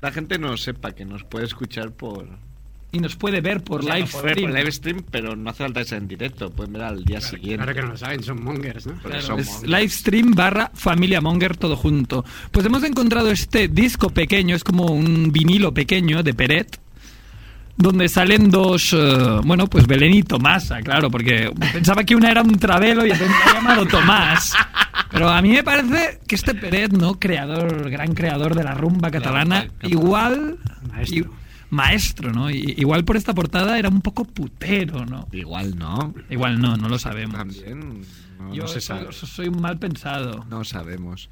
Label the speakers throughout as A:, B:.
A: la gente no sepa que nos puede escuchar por,
B: Y nos puede ver por
A: o sea,
B: live
A: nos puede ver
B: stream.
A: por live stream, pero no hace falta que sea en directo, pueden ver al día siguiente.
C: Claro que no lo saben, son mongers, ¿no?
A: Porque
B: Claro,
A: son
B: es
A: monjes.
B: livestream barra familia monger todo junto. Pues hemos encontrado este disco pequeño, es como un vinilo pequeño de Peret, donde salen dos, eh, bueno, pues Belén y Tomasa, claro, porque pensaba que una era un travelo y otra era llamado Tomás. Pero a mí me parece que este Peret, ¿no? Creador, gran creador de la rumba catalana,
D: catalana.
B: igual...
C: Maestro.
B: i- maestro, ¿no? I- igual por esta portada era un poco putero, ¿no?
A: Igual no.
B: Igual no, no lo sabemos.
A: También. No,
B: Yo
A: no se
B: soy-
A: sabe.
B: soy un mal pensado.
A: No sabemos.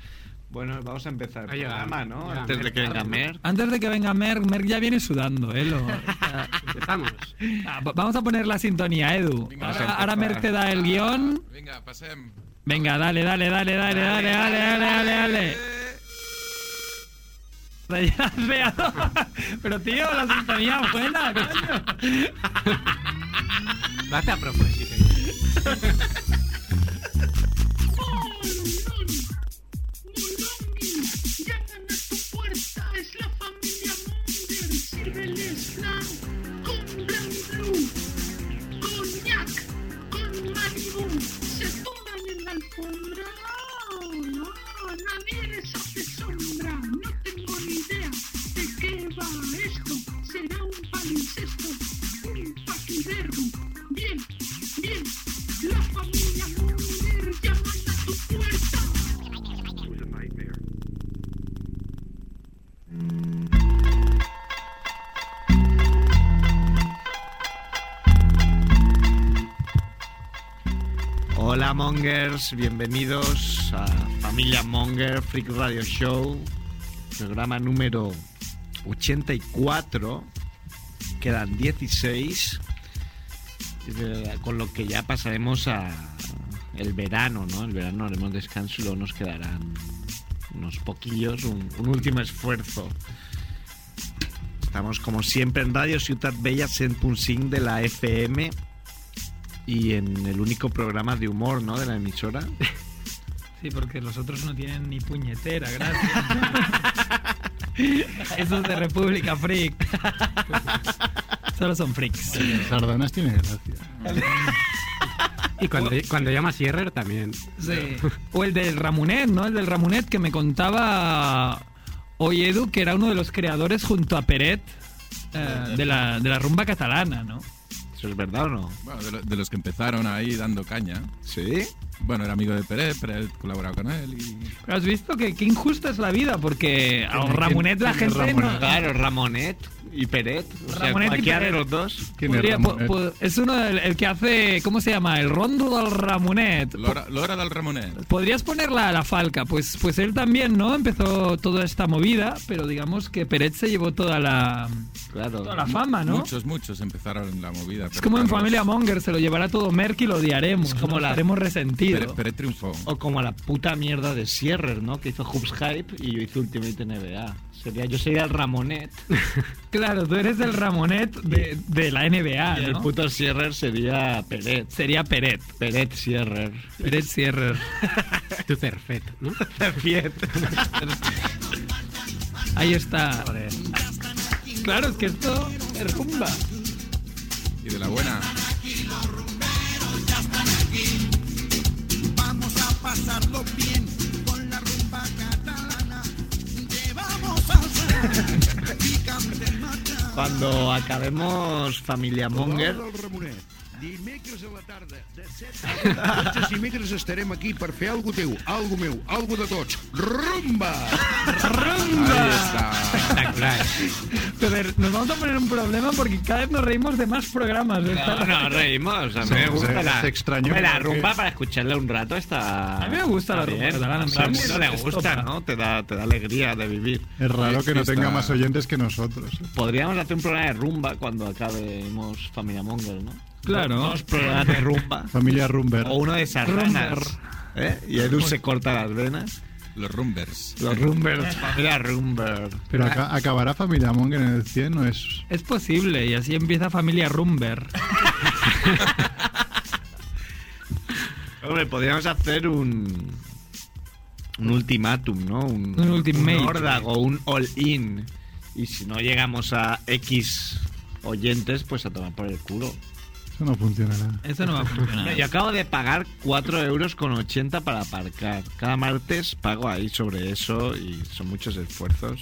A: Bueno, vamos a empezar el
C: Ha llegado.
A: programa, ¿no?
C: Ya,
A: Antes de que venga
C: claro.
A: Mer.
B: Antes de que venga Merck, Merck ya viene sudando, ¿eh? Lo-
C: Empezamos.
B: Ah, va- vamos a poner la sintonía, Edu.
D: Venga,
B: Ahora,
A: vamos a
B: ahora
A: empezar.
B: Merck te da el guión.
D: Vinga, passem.
B: Venga, dale, dale, dale, dale, dale, dale, dale, dale, dale. Ya has veado. Pero tío, la sintonía buena, coño.
C: Lo hace a propósito.
E: Llaman a tu puerta, es la familia Munger. Sírveles flan con Blanc Blue, coñac, con Malibu. Se turan en la alfombra. Oh, no, a ver esa sombra. No tengo ni idea de qué va esto. Será un palincesto, un paquidermo. Bien, bien, la familia Munger llaman a tu puerta.
A: Hola Mongers, bienvenidos a Familia Monger Freak Radio Show, programa número 84, quedan 16, eh, con lo que ya pasaremos a el verano, ¿no? El verano haremos descanso y luego nos quedarán unos poquillos, un, un último esfuerzo. Estamos como siempre en Radio Ciutat Bella 100.5 de la FM y en el único programa de humor, ¿no? De la emisora.
B: Sí, porque los otros no tienen ni puñetera, gracias. Esos de República Freak. Solo son freaks.
F: Sardanas tiene gracia.
C: Y cuando, cuando llama Sierrer también.
B: Sí. O el del Ramonet, ¿no? El del Ramonet que me contaba hoy Edu, que era uno de los creadores junto a Peret eh, de, la, de la rumba catalana, ¿no?
A: ¿Eso es verdad o no?
D: Bueno, de, lo- de los que empezaron ahí dando caña.
A: Sí.
D: Bueno, era amigo de Pérez, Pérez colaboraba con él y...
B: Pero has visto que qué injusta es la vida, porque a Ramonet la gente no...
A: Claro, Ramonet y Peret. O sea,
B: Ramonet y
A: cualquiera de
B: Peret.
A: los dos.
F: ¿Quién es
B: podría- po-
F: Ramonet?
B: po- es uno del el que hace, ¿cómo se llama? El rondo del Ramonet.
D: L'hora l'hora del Ramonet.
B: Podrías ponerla a la falca, pues, pues él también, ¿no? Empezó toda esta movida, pero digamos que Peret se llevó toda la,
A: Claro.
B: toda la fama, ¿no?
D: Muchos, muchos empezaron la movida.
B: Es como en Familia
D: Monger.
B: Monger, se lo llevará todo Merck y lo odiaremos.
A: Es como
B: como
A: la-
B: la haremos resentido.
D: Pérez, Pérez triunfó.
A: O como la puta mierda de Sierrer, ¿no? Que hizo Hoops Hype y yo hice Ultimate NBA. Sería, yo sería el Ramonet
B: Claro, tú eres el Ramonet de, de la
A: y
B: NBA,
A: el
B: Ah, ¿no?
A: puto Sierrer sería Peret.
B: Sería Peret.
A: Peret Sierrer.
B: Peret Sierrer.
C: Tu cerfet, ¿no?
B: Ahí está. Claro, es que esto es rumba.
D: Y de la buena.
A: Cuando acabemos Familia Monger,
G: L'hora del Ramonet. Dimecres a la tarda, de 7 a 12 dimecres estarem aquí per fer algo teu, algo meu, algo de tots. Rumba!
D: Ahí está.
C: Espectacular.
B: Pero nos vamos a poner un problema porque cada vez nos reímos de más programas.
A: No, no, reímos. A mí
F: Se-
A: me gusta
F: se-
A: la,
F: se extrañó
A: Hombre, la
F: porque-
A: rumba para escucharla un rato está.
B: A mí me gusta la
A: está
B: rumba
A: bien.
B: catalana,
A: A todo el
B: me
A: mundo le
B: gusta,
A: gusta,
B: estopa.
A: ¿no? Te da, te da alegría de vivir.
F: Es raro que no
D: Está-
F: tenga más oyentes que nosotros. ¿eh?
A: Podríamos hacer un programa de rumba cuando acabemos Familia Monger, ¿no?
B: Claro.
A: Dos programas de rumba.
F: Familia Rumber.
B: Oh.
A: o uno de
B: Rumber.
A: sardanas. ¿eh? Y Edu se corta las venas.
D: Los Rumbers.
A: Los rumbers, familia rumber.
F: Pero
B: Ah.
F: aca- acabará Familia Monger en el 100 no es.
B: Es posible, y así empieza Familia Rumber.
A: Hombre, podríamos hacer un. Un ultimátum, ¿no? Un,
B: Un ultimate.
A: órdago, un all-in. Y si no llegamos a X oyentes, pues a tomar por el culo.
F: Eso no funcionará.
B: Eso no va a funcionar.
A: Yo acabo de pagar 4 euros con 80 para aparcar. Cada martes pago ahí sobre eso y son muchos esfuerzos.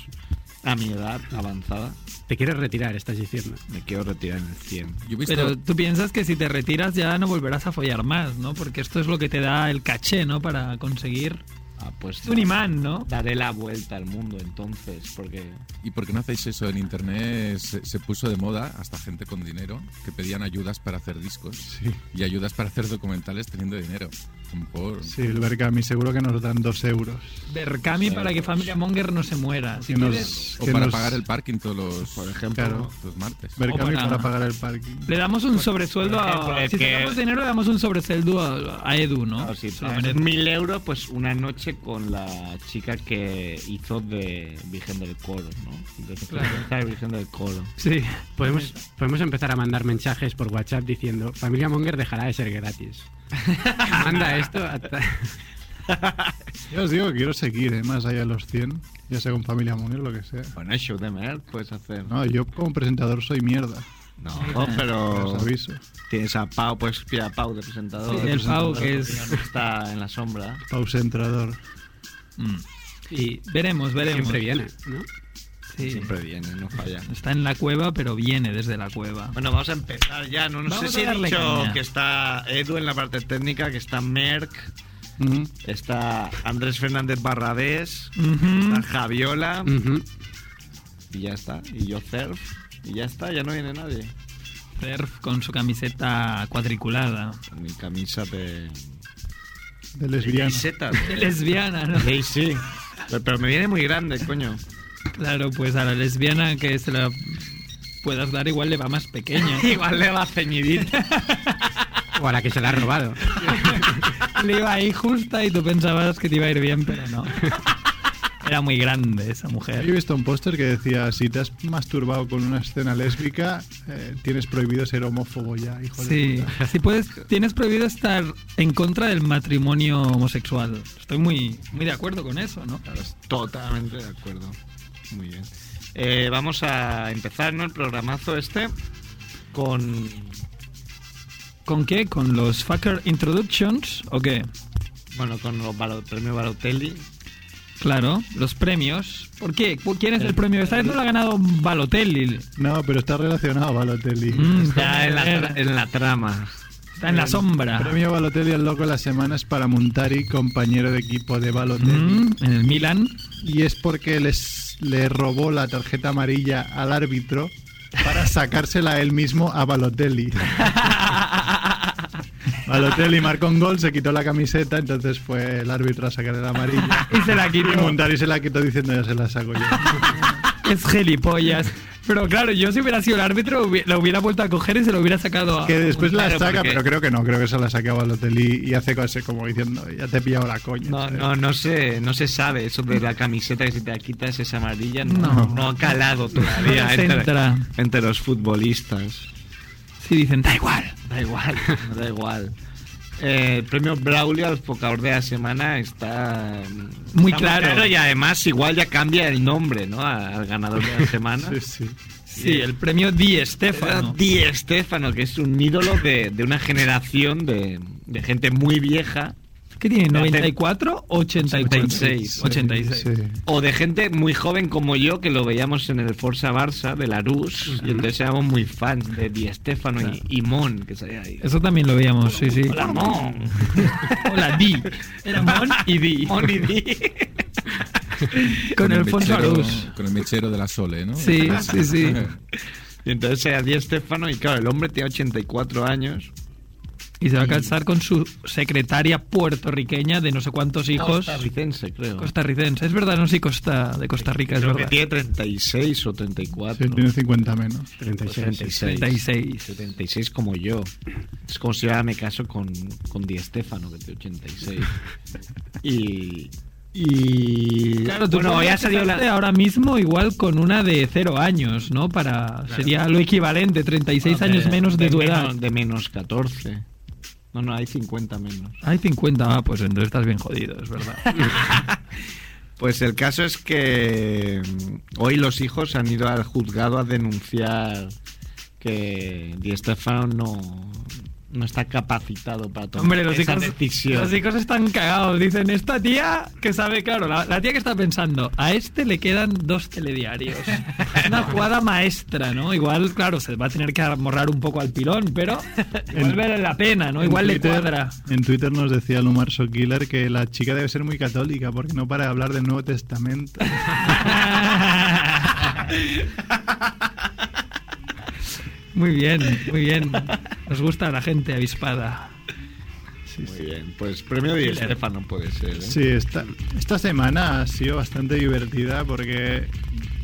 A: A mi edad avanzada,
C: Te quieres retirar, estás diciendo.
A: me quiero retirar en el 100.
D: Yo he visto,
B: Pero tú piensas que si te retiras ya no volverás a follar más, ¿no? Porque esto es lo que te da el caché, ¿no? Para conseguir
A: Ah, pues
B: un imán, ¿no?
A: Daré la vuelta al mundo entonces, porque
D: ¿Y por qué no hacéis eso? En internet se, se puso de moda hasta gente con dinero que pedían ayudas para hacer discos y ayudas para hacer documentales teniendo dinero. A lo mejor-
F: Sí, el Bergami seguro que nos dan dos euros.
B: Berkami para que Familia Monger no se muera. Si
F: Que nos-
B: quieres,
D: O
F: que
D: para
F: nos-
D: pagar el parking todos los, por ejemplo,
F: Claro.
D: los martes.
F: Bergami
B: O para-
F: para pagar el parking.
B: Le damos un sobresueldo
A: ejemplo,
B: a...
A: es
B: Si
A: que-
B: sacamos dinero le damos un sobresueldo a, a Edu, ¿no?
A: claro, si
B: Se lo
A: pagas
B: merece.
A: mil euros, pues una noche con la chica que hizo de Virgen del Coro, ¿no? De protagonista de Virgen del Coro.
B: Sí.
C: Podemos, podemos empezar a mandar mensajes por WhatsApp diciendo: Familia Monger dejará de ser gratis. Manda esto a ta-
F: Yo os digo que quiero seguir, ¿eh? más allá de los 100, ya sea con familia Monger, lo que sea.
A: Bueno, show de mer puedes hacer. No,
F: No, yo como presentador soy mierda,
A: pero
D: Oh.
F: os aviso.
A: tienes a Pau, pues pide a Pau de presentador.
B: Sí, el Pau, que es-
A: está en la sombra.
F: Pausentrador.
C: Y
B: Mm. Veremos, veremos.
C: siempre viene, ¿no?
B: Sí.
A: Siempre viene, no falla.
B: Está en la cueva, pero viene desde la cueva.
A: Bueno, vamos a empezar ya. No, no sé
B: Vamos
A: si
B: a
A: he
B: darle
A: dicho
B: caña.
A: que está Edu en la parte técnica, que está Merck,
F: Ujú.
A: está Andrés Fernández Barradés,
B: Ujú.
A: está Javiola,
C: Ujú.
A: y ya está. Y yo Cerf, y ya está, ya no viene nadie.
B: Cerf con su camiseta cuadriculada.
A: Con mi camisa de.
F: De lesbiana.
A: Camiseta.
B: Qué lesbiana, ¿no?
A: Sí, sí. Pero- Pero me viene muy grande, coño.
B: Claro, pues a la lesbiana que se la puedas dar igual le va más pequeña.
A: Igual le va ceñidita.
C: O a la que se la ha robado.
B: le iba ahí justa y tú pensabas que te iba a ir bien, pero no. Era muy grande esa
F: He
B: mujer.
F: visto un póster que decía, si te has masturbado con una escena lésbica, eh, tienes prohibido ser homófobo ya, hijo de
B: Sí,
F: puta.
B: si puedes, tienes prohibido estar en contra del matrimonio homosexual. Estoy muy, muy de acuerdo con eso, ¿no?
A: Totalmente de acuerdo. Muy bien. Eh, vamos a empezar, ¿no? El programazo este con.
B: ¿Con qué? ¿Con los fucker introductions o qué?
A: Bueno, con los Baro- premio Barotelli.
B: Claro, los premios. ¿Por qué? ¿Por ¿Quién es el premio? Esta vez no lo ha ganado Balotelli.
F: No, pero está relacionado a Balotelli.
B: Mm,
A: Está en la, tra- en la trama.
B: está en la sombra.
F: Premio Balotelli al loco de la semana es para Montari, compañero de equipo de Balotelli.
B: Mm, en el Milan.
F: Y es porque les, le robó la tarjeta amarilla al árbitro para sacársela él mismo a Balotelli. Balotelli marcó un gol, se quitó la camiseta, entonces fue el árbitro a sacarle la amarilla.
B: Y se la quitó.
F: Y Montari se la quitó diciendo ya se la saco yo.
B: Es gilipollas. Pero claro, yo si hubiera sido el árbitro, hubi- la hubiera vuelto a coger y se lo hubiera sacado a.
F: Que después la
A: Claro,
F: saca,
A: porque-
F: pero creo que no, creo que se la saca a Balotelli y hace cosas como diciendo, ya te he pillado la coña.
A: No,
F: ¿sabes?
A: no, no se, no se sabe eso de la camiseta que si te la quitas es amarilla. No,
B: No.
A: no. ha calado todavía
B: No se
A: entre,
B: entra.
A: entre los futbolistas.
B: Sí, dicen, da igual.
A: Da igual, da igual. Eh, el premio Braulio al focador de la semana está mm,
B: Muy
A: está
B: claro.
A: y además igual ya cambia el nombre ¿no? A- al ganador de la semana.
F: Sí, sí.
B: Sí, el premio Di
A: Era
B: Stefano.
A: Di Stefano, que es un ídolo de, de una generación de, de gente muy vieja
B: ¿Qué tiene? ¿94? 86.
A: 86.
B: 86.
F: Sí.
A: o de gente muy joven como yo que lo veíamos en el Forza Barça de la Rus y entonces éramos muy fans de Di Stefano y, y Mon, que salía ahí.
B: Eso también lo veíamos, sí, sí.
A: Hola, Mon.
B: Hola, Di. Era Mon y Di.
A: Mon y Di.
B: Con el Alfonso
D: mechero-
B: Arús.
D: Con el mechero de la Sole, ¿no?
B: Sí, sí, sí.
A: Y entonces era Di Stefano y claro, el hombre tiene 84 años.
B: Y se va a casar con su secretaria puertorriqueña de no sé cuántos hijos.
A: Costarricense, creo.
B: Costarricense. Es verdad, no sé si costa, de Costa Rica, es
A: Creo que
B: verdad.
A: tiene 36 o
F: Sí,
A: 34.
F: tiene 50 menos.
C: 36.
B: 36.
A: 76 como yo. Es como si ahora me caso con, con Di Stefano, que tiene 86. Y. Y.
B: Claro, tú
A: bueno,
B: podrías
A: ya salió
B: casarte
A: la.
B: ahora mismo igual con una de cero años, ¿no? Para sería lo equivalente, 36
A: No,
B: años menos de, tu edad.
A: menos- de menos 14. No, no, hay 50 menos.
B: Hay 50, ah, pues entonces estás bien jodido, es verdad.
A: Pues el caso es que mm, hoy los hijos han ido al juzgado a denunciar que Di Stefano no, no está capacitado para tomar
B: Hombre, los
A: esa
B: hijos,
A: decisión.
B: los hijos están cagados. Dicen, esta tía que sabe, claro, la, la tía que está pensando, a este le quedan dos telediarios. Una jugada maestra, ¿no? Igual, claro, se va a tener que morrar un poco al pilón, pero igual vale la pena, ¿no?
F: En
B: Igual le
F: Twitter-
B: cuadra.
F: En Twitter nos decía Lumar Killer que la chica debe ser muy católica porque no para de hablar del Nuevo Testamento.
B: Muy bien, muy bien. Nos gusta la gente avispada.
A: Muy bien, pues premio Di Stefano puede ser. ¿eh?
F: Sí, esta, esta semana ha sido bastante divertida porque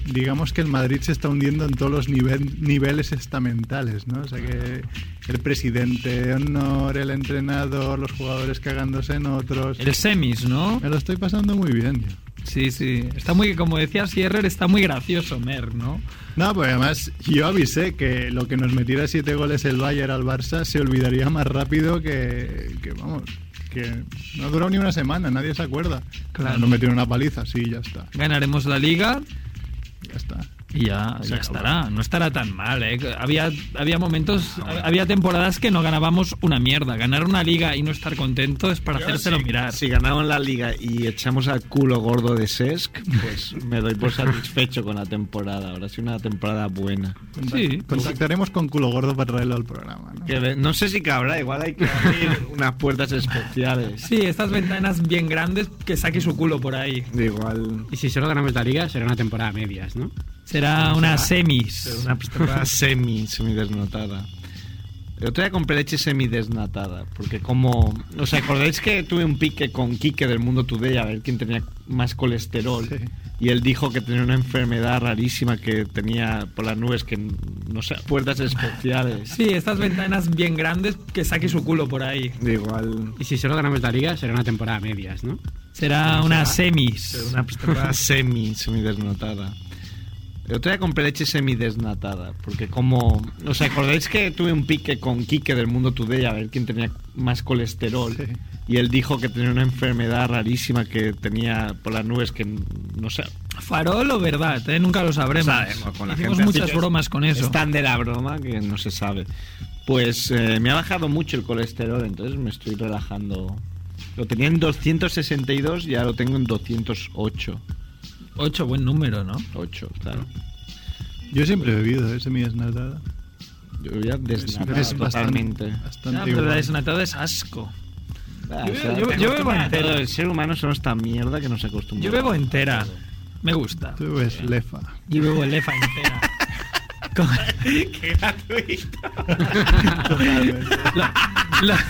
F: digamos que el Madrid se está hundiendo en todos los nive- niveles estamentales, ¿no? O sea que el presidente de honor, el entrenador, los jugadores cagándose en otros.
B: El semis, ¿no?
F: Me lo estoy pasando muy bien.
B: Sí, sí. Está muy, como decía Sierrer, está muy gracioso Mer, ¿no?
F: No, pues además yo avisé que lo que nos metiera siete goles el Bayern al Barça se olvidaría más rápido que, que, vamos, que no duró ni una semana, nadie se acuerda.
B: Claro.
F: Nos metieron una paliza, sí, ya está,
B: Ganaremos la liga
F: ya está.
B: y ya,
F: Se
B: ya
F: acabó.
B: estará. No estará tan mal, ¿eh? Había, había momentos, había temporadas que no ganábamos una mierda. Ganar una liga y no estar contento es para hacérselo mirar.
A: Si ganamos la liga y echamos al culo gordo de Sesc, pues me doy por satisfecho con la temporada. Ahora sí una temporada buena.
F: Contac-
B: Sí.
F: Contactaremos con Culo Gordo para traerlo al programa. ¿no?
A: Que ve- no sé si cabrá, igual hay que abrir unas puertas especiales.
B: Sí, estas ventanas bien grandes que saque su culo por ahí.
A: Igual
C: Y si solo ganamos la liga, será una temporada a medias, ¿no?
B: Será una semis.
A: una pistola semi, semidesnatada. El otro día compré leche semidesnatada, porque como... ¿Os acordáis que tuve un pique con Quique del Mundo Today a ver quién tenía más colesterol?
F: Sí.
A: Y él dijo que tenía una enfermedad rarísima que tenía por las nubes, que no sé, puertas especiales.
B: Sí, estas ventanas bien grandes que saque su culo por ahí.
A: Igual
C: Y si solo ganamos la liga, será una temporada a medias, ¿no?
B: Será una
A: Pero
B: semis.
A: una pistola semi, semidesnatada. El otro día compré leche semidesnatada, porque como... ¿Os acordáis que tuve un pique con Quique del Mundo Today a ver quién tenía más colesterol?
F: Sí.
A: Y él dijo que tenía una enfermedad rarísima que tenía por las nubes que no sé.
B: Farol o verdad, ¿eh? nunca lo sabremos.
A: Sabemos, con la
B: Hicimos
A: gente así
B: muchas
A: que
B: bromas con eso.
A: Es tan de la broma que no se sabe. Pues eh, me ha bajado mucho el colesterol, entonces me estoy relajando. Lo tenía en 262 y ahora lo tengo en 208.
B: 8, buen número, ¿no?
A: 8, claro.
F: Yo siempre he bebido, ¿eh? ese mi desnatada.
A: Yo ya desnatado
F: Es
A: totalmente.
F: bastante,
B: Ah,
F: bastante
B: pero la
F: igual.
B: desnatada es asco.
A: Ah,
B: Yo
A: o
B: veo-
A: sea,
B: yo-
A: te
B: yo veo
A: acostumbras a
B: entero.
A: todo. El ser humano somos esta mierda que nos acostumbramos.
B: Yo bebo entera. Me gusta.
F: Tú ves lefa.
B: Yo bebo lefa entera. Con-
A: Qué gratuito.
F: Totalmente.
B: la- la-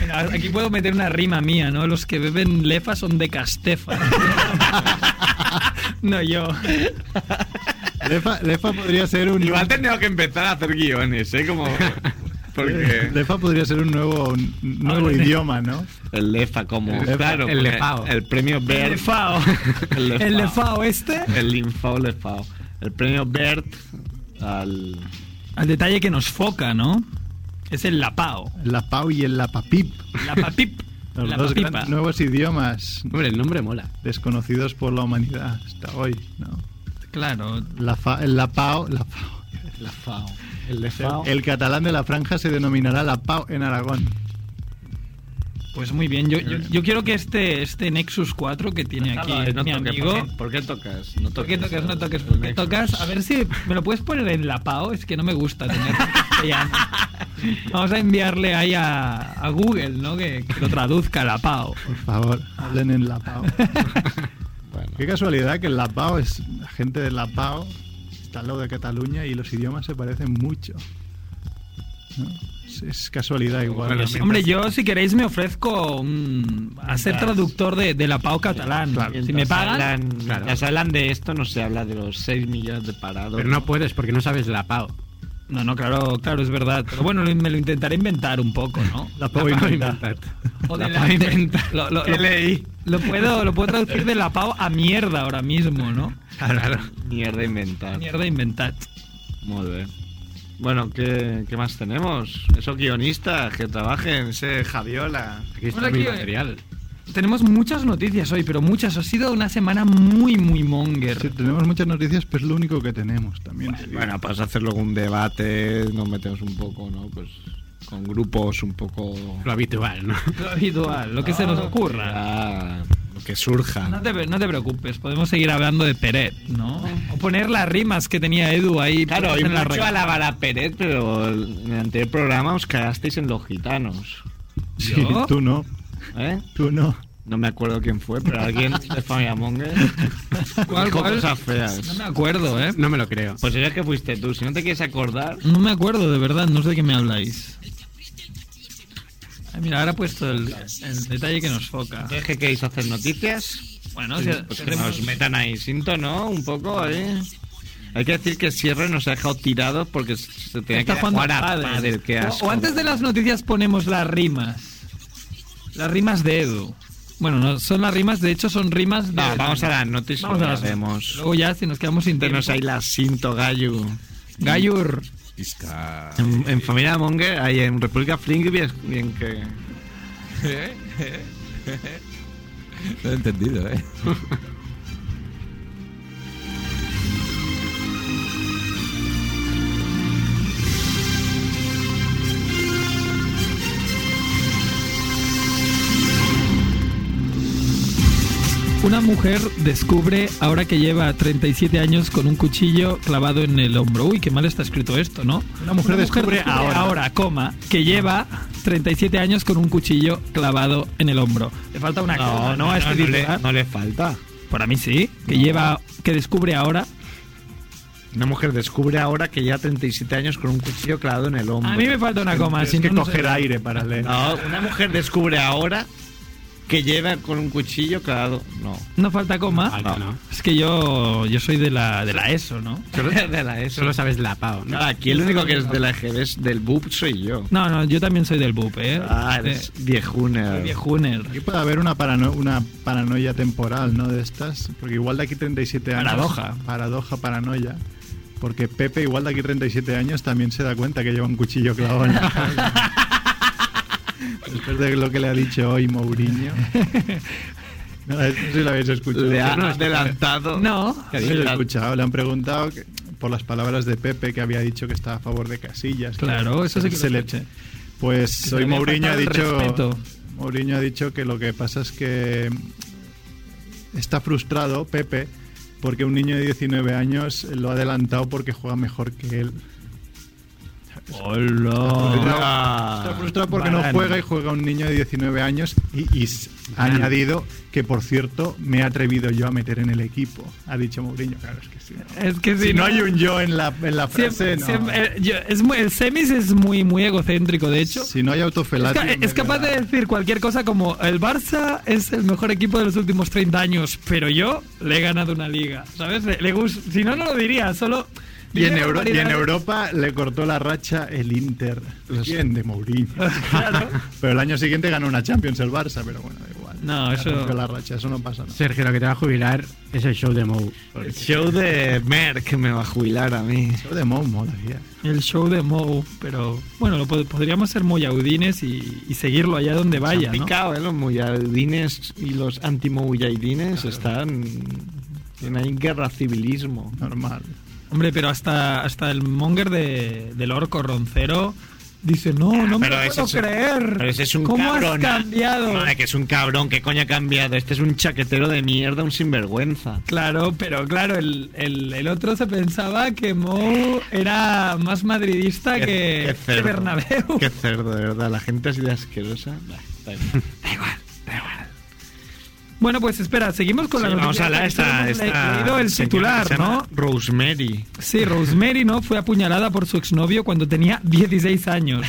B: Venga, aquí puedo meter una rima mía, ¿no? Los que beben lefa son de Castefa. no yo.
F: lefa. Lefa podría ser un...
A: Igual tendría que empezar a hacer guiones, ¿eh? Como. Porque.
F: Lefa podría ser un nuevo, un nuevo
B: Ahora,
F: idioma, ¿no?
A: El lefa, como.
F: El lefa,
A: claro,
C: el
A: porque
C: lefao.
A: El premio
B: El
A: Bert.
B: lefao.
A: El lefao.
B: El lefao este.
A: El linfao lefao. El premio Bert al.
B: Al detalle que nos foca, ¿no? Es el lapao.
F: La pau y el lapapip.
B: La papip.
F: Los
B: La
F: dos
B: papipa.
F: grandes nuevos idiomas
C: Hombre, el nombre mola.
F: desconocidos por la humanidad hasta hoy, ¿no?
B: Claro.
F: La, fa- el lapao... La pao.
A: La fao. El lefao.
F: El catalán de la franja se denominará la pau en Aragón.
B: Pues muy bien. Yo, yo, yo quiero que este, este Nexus 4 que tiene aquí
A: Ah, no
B: mi
A: toques,
B: amigo.
A: ¿por qué- ¿Por qué tocas? No
B: ¿Por qué tocas? No toques.
A: El
B: ¿Por qué
A: Nexus.
B: tocas? A ver si me lo puedes poner en la PAO. Es que no me gusta tener castellano. Vamos a enviarle ahí a, a Google, ¿no? Que, que lo traduzca la PAO.
F: Por favor, hablen en la pau.
A: Bueno.
F: Qué casualidad que el Lapao es la gente de Lapao está al lado de Cataluña y los idiomas se parecen mucho. ¿No? Es, es casualidad igual.
D: Bueno,
F: También.
B: Hombre, yo si queréis me ofrezco mm, a ser traductor de, de la PAO catalán. Si me
A: Mientras
B: pagan.
A: hablan- mientras hablan de esto, no se habla de los 6 millones de parados.
C: Pero no puedes porque no sabes la PAO.
B: No, no, claro, claro, es verdad. Pero bueno, lo- me lo intentaré inventar un poco, ¿no?
F: La Pau inventa.
B: O de
C: La
B: la-
C: Pau inventa.
B: Lo, lo-
C: ¿Qué
B: lo-
C: leí?
B: lo puedo, lo puedo traducir de la pau a mierda ahora mismo, ¿no?
A: Mierda inventar.
B: Mierda inventar.
A: Muy bien. Bueno, ¿qué, qué más tenemos? Esos guionistas que trabajen, ese Javiola.
C: Aquí está
B: Hola,
C: mi
B: aquí, eh.
C: material.
B: tenemos muchas noticias hoy, pero muchas. Ha sido una semana muy, muy monger.
F: Sí, tenemos muchas noticias, pero es lo único que tenemos también. te digo.
A: Bueno, pues hacerlo con un debate, nos metemos un poco, ¿no? Pues con grupos un poco...
C: Lo habitual, ¿no?
B: Lo habitual, lo que se nos ocurra.
A: Ah, lo que surja.
B: No te, no te preocupes, podemos seguir hablando de Peret, ¿no? O poner las rimas que tenía Edu ahí.
A: Claro,
B: puestas
A: hay
B: en la
A: mucho
B: re-
A: alabar a Pérez, pero en el anterior programa os cagasteis en los gitanos.
F: Sí,
B: ¿Yo?
F: tú no,
A: ¿Eh?
F: tú no.
A: No me acuerdo quién fue, pero alguien de Familia Monger
B: ¿Cuál,
A: dijo
B: cuál?
A: cosas
B: No
A: feas.
B: me acuerdo, ¿eh?
C: No me lo creo.
A: Pues es que fuiste tú, si no te quieres acordar...
B: No me acuerdo, de verdad, no sé de qué me habláis. Ay, mira, ahora he puesto el, el detalle que nos foca.
A: ¿Es que queréis hacer noticias?
B: Bueno, si-
A: pues que
B: tenemos-
A: nos metan ahí cinto, ¿no? Un poco, ¿eh? Hay que decir que Sierra nos ha dejado tirados porque se tenía que
B: está jugando
A: jugar a
B: al pádel.
A: pádel, qué
B: O-
A: asco.
B: O, antes de las noticias ponemos las rimas. Las rimas de Edu. Bueno, no, son las rimas, de hecho son rimas de...
A: No, vamos a las noticias.
B: Vamos a las
A: vemos.
B: Luego ya, si nos quedamos sin Mm.
A: Tenemos ahí la cinto gallo.
B: Gallur.
D: Isca.
A: En, en Familia Monger, ahí en República Fling, bien, bien que...
D: Lo he entendido, ¿eh?
B: Una mujer descubre ahora que lleva 37 años con un cuchillo clavado en el hombro. Uy, qué mal está escrito esto, ¿no?
F: Una mujer descubre ahora.
B: coma, que lleva
A: Ah.
B: 37 años con un cuchillo clavado en el hombro. Le falta una coma, ¿no? A este titular.
A: no le falta.
B: Para mí sí, que lleva, que descubre ahora.
A: Una mujer descubre ahora que ya 37 años con un cuchillo clavado en el hombro.
B: A mí me falta una coma,
F: Tienes
B: sin
F: que coger aire para leer.
A: No, una mujer descubre ahora que lleva con un cuchillo clavado. No.
B: No falta coma.
C: Falta, ¿no?
B: Es que yo, yo soy de la, de la ESO, ¿no?
A: de la ESO.
C: Solo sabes la PAO, ¿no?
A: Nada, aquí el único que es de la EGB es del BUP soy yo.
B: No, no, yo también soy del BUP, ¿eh?
A: Ah, eres viejuna.
B: Soy viejuner.
F: Aquí puede haber una, parano- una paranoia temporal, ¿no? De estas, porque igual de aquí 37 años.
B: Paradoja.
F: Paradoja, paranoia. Porque Pepe, igual de aquí 37 años, también se da cuenta que lleva un cuchillo clavado en la espalda. Después de lo que le ha dicho hoy Mourinho. No, no sé si lo habéis escuchado.
A: Le
F: No,
A: han adelantado.
B: No.
A: ¿Qué
F: no lo he
A: dices?
F: escuchado. Le han preguntado que- por las palabras de Pepe que había dicho que estaba a favor de Casillas. que
B: Claro, eso sí que
F: se
B: lo
F: le-
B: escuché.
F: Pues
B: Que se
F: hoy
B: le había
F: Mourinho ha
B: faltado el
F: dicho.
B: respeto.
F: Mourinho ha dicho que lo que pasa es que está frustrado Pepe porque un niño de 19 años lo ha adelantado porque juega mejor que él.
B: Hola.
F: Está
A: Ah.
F: frustrado porque
B: Varane.
F: no juega y juega un niño de 19 años y, y s- ha
C: Varane.
F: añadido que por cierto me he atrevido yo a meter en el equipo. Ha dicho Mourinho, claro, es que sí.
B: Es que si
F: Si no hay un yo en la, en la
B: Siempre,
F: frase, no.
B: siempre- eh, yo- es muy- el semis es muy, muy egocéntrico, de hecho.
F: Si no hay
B: Es,
F: autofelatio.
B: ca-
F: en vez
B: es capaz
F: la-
B: de decir cualquier cosa como el Barça es el mejor equipo de los últimos 30 años, pero yo le he ganado una liga. ¿Sabes? Le, le gus- si no, no lo diría, solo...
F: Y en,
B: dice
F: Euro- y en
B: barbaridades.
F: Europa le cortó la racha el Inter. ¿De quién? De Mourinho. Pero el año siguiente ganó una Champions el Barça, pero bueno, da igual.
B: No,
F: Le
B: eso-
F: rompió la racha, eso no pasa nada.
C: Sergio, lo que te va a jubilar es el show de Mou.
A: El show de Merck me va a jubilar a mí.
F: Eso de Mou mola, tía.
B: El show de Mou, pero bueno, lo pod- podríamos ser moyaudines y, y seguirlo allá donde
A: Se
B: vaya,
A: han
B: ¿no?
A: picado, ¿eh? Los muyaidines y los anti-muyaidines están. en ahí guerra civilismo.
F: Normal.
B: Hombre, pero hasta, hasta el monger de, del orco roncero dice, no, no me
A: Pero
B: lo
A: ese
B: puedo
A: es un-
B: creer.
A: Pero ese es un
B: ¿Cómo
A: cabrón. ¿eh?
B: has cambiado?
A: Madre, que es un cabrón, ¿qué coño ha cambiado? Este es un chaquetero de mierda, un sinvergüenza.
B: Claro, pero claro, el, el, el otro se pensaba que Mou era más madridista
A: Qué-
B: que,
A: qué
B: que
A: cerdo.
B: Bernabéu.
A: Qué cerdo, de verdad. La gente así de asquerosa. Bah, da igual.
B: Bueno, pues espera, seguimos con la
A: Sí,
B: noticia.
A: vamos a la esta.
B: Tenemos le-
A: esta
B: leído
A: señora que
B: el
A: se
B: titular,
A: llama
B: ¿no?
A: Rosemary.
B: Sí, Rosemary, ¿no? Fue apuñalada por su exnovio cuando tenía 16 años.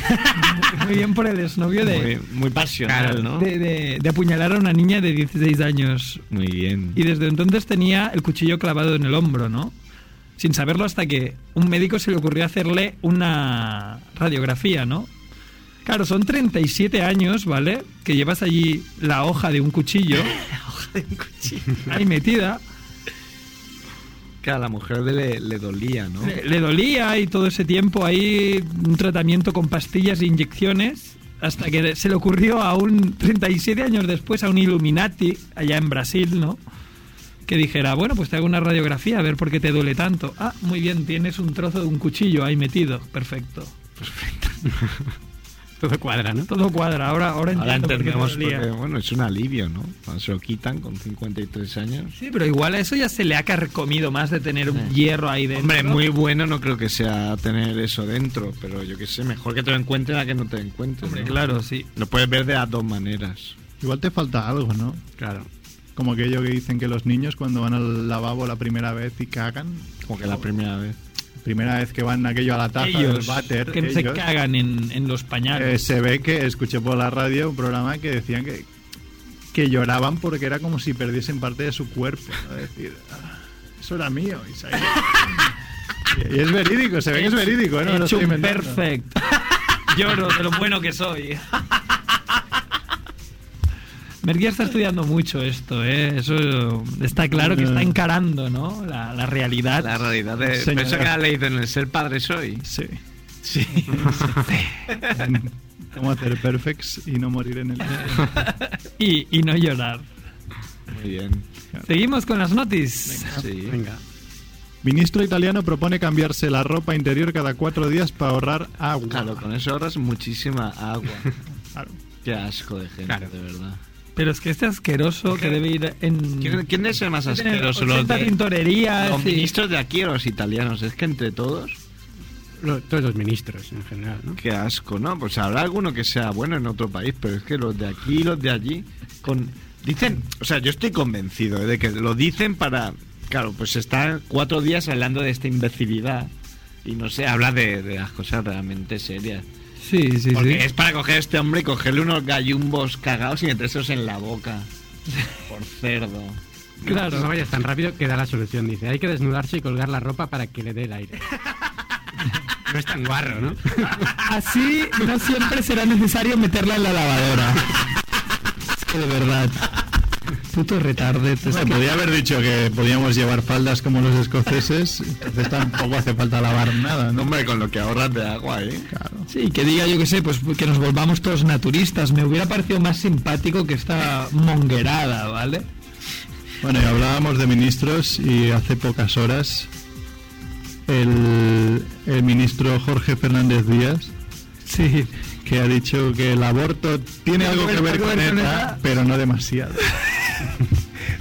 B: Muy bien por el exnovio
A: Muy,
B: de,
A: muy pasional, ¿no?
B: de, de- de apuñalar a una niña de 16 años.
A: Muy bien.
B: Y desde entonces tenía el cuchillo clavado en el hombro, ¿no? Sin saberlo hasta que un médico se le ocurrió hacerle una radiografía, ¿no? Claro, son 37 años, ¿vale? Que llevas allí la hoja de un cuchillo. Ahí metida.
A: Que a la mujer de le, le dolía, ¿no?
B: Le, le dolía y todo ese tiempo ahí un tratamiento con pastillas e inyecciones. hasta que se le ocurrió a un 37 años después a un Illuminati allá en Brasil, ¿no? Que dijera, bueno, pues te hago una radiografía a ver por qué te duele tanto. Ah, muy bien, tienes un trozo de un cuchillo ahí metido. Perfecto.
C: Todo cuadra, ¿no?
B: Todo cuadra. Ahora, ahora,
A: Ahora
B: entiendo por qué te
A: entendemos,
B: dolía.
A: porque, bueno, es un alivio, ¿no? Cuando se lo quitan con 53 años.
B: Sí, pero igual a eso ya se le ha carcomido más de tener un
A: Sí.
B: hierro ahí dentro.
A: Hombre, muy bueno no creo que sea tener eso dentro, pero yo qué sé, mejor que te lo encuentren a que no te lo encuentren.
B: Hombre,
A: ¿no?
B: claro, sí.
A: Lo puedes ver de las dos maneras.
F: Igual te falta algo, ¿no?
C: Claro.
F: Como aquello que dicen que los niños cuando van al lavabo la primera vez y cagan,
A: Como que la primera vez.
F: primera vez que van aquello a la taza del
B: Ellos,
F: váter,
B: que no se
F: ellos,
B: cagan en, en los
F: eh,
B: pañales.
F: se ve que escuché por la radio un programa que decían que, que lloraban porque era como si perdiesen parte de su cuerpo. ¿no? Es decir, "Ah, eso era mío. Y, se ha ido. Y- y es verídico, se ve que es verídico, ¿eh? ¿no? Me lo
B: Hecho
F: estoy
B: un
F: inventando.
B: perfect. Lloro de lo bueno que soy. Merguía está estudiando mucho esto, ¿eh? Eso está claro que está
F: Mm.
B: encarando, ¿no? La, la realidad.
A: La realidad de.
F: Señora.
A: Pensó que la ley en el ser padre soy.
F: Sí.
A: Sí.
F: Cómo hacer perfects y no morir en el...
B: Y, y no llorar.
A: Muy bien.
B: Seguimos con las notis.
A: Sí.
C: Venga.
F: Ministro italiano propone cambiarse la ropa interior cada cuatro días para ahorrar agua.
A: Claro, con eso ahorras muchísima agua.
F: Claro.
A: Qué asco de gente,
C: Claro.
A: de verdad.
B: Pero es que este asqueroso que debe ir en...
A: ¿Quién, quién es el más
B: debe tener
A: asqueroso?
B: 80
A: ¿Los, de-
B: tintorerías
A: los
B: y-
A: ministros de aquí o los italianos? Es que entre todos.
C: Lo- todos los ministros en general, ¿no?
A: Qué asco, ¿no? Pues habrá alguno que sea bueno en otro país, pero es que los de aquí y los de allí. con Dicen, o sea, yo estoy convencido ¿eh? de que lo dicen para. Claro, pues está cuatro días hablando de esta imbecilidad y no sé, habla de, de las cosas realmente serias.
B: Sí, sí, sí.
A: Porque es para coger a este hombre y cogerle unos gallumbos cagados y metérselos en la boca. Por cerdo.
B: Claro.
C: No vayas tan rápido que da la solución. Dice, hay que desnudarse y colgar la ropa para que le dé el aire. No es tan guarro, ¿no?
B: Así no siempre será necesario meterla en la lavadora. Es que de verdad. Puto retardetes.
F: Bueno, podía haber dicho que podíamos llevar faldas como los escoceses, entonces tampoco hace falta lavar nada, ¿no?
A: Hombre, con lo que ahorras de agua, ¿eh?
F: Claro.
B: pues, Sí, que diga yo que sé, pues que nos volvamos todos naturistas. Me hubiera parecido más simpático que esta monguerada, ¿vale?
F: Bueno, y hablábamos de ministros y hace pocas horas el, el ministro Jorge Fernández Díaz,
B: Sí.
F: que ha dicho que el aborto tiene algo que ver con ETA, pero no demasiado.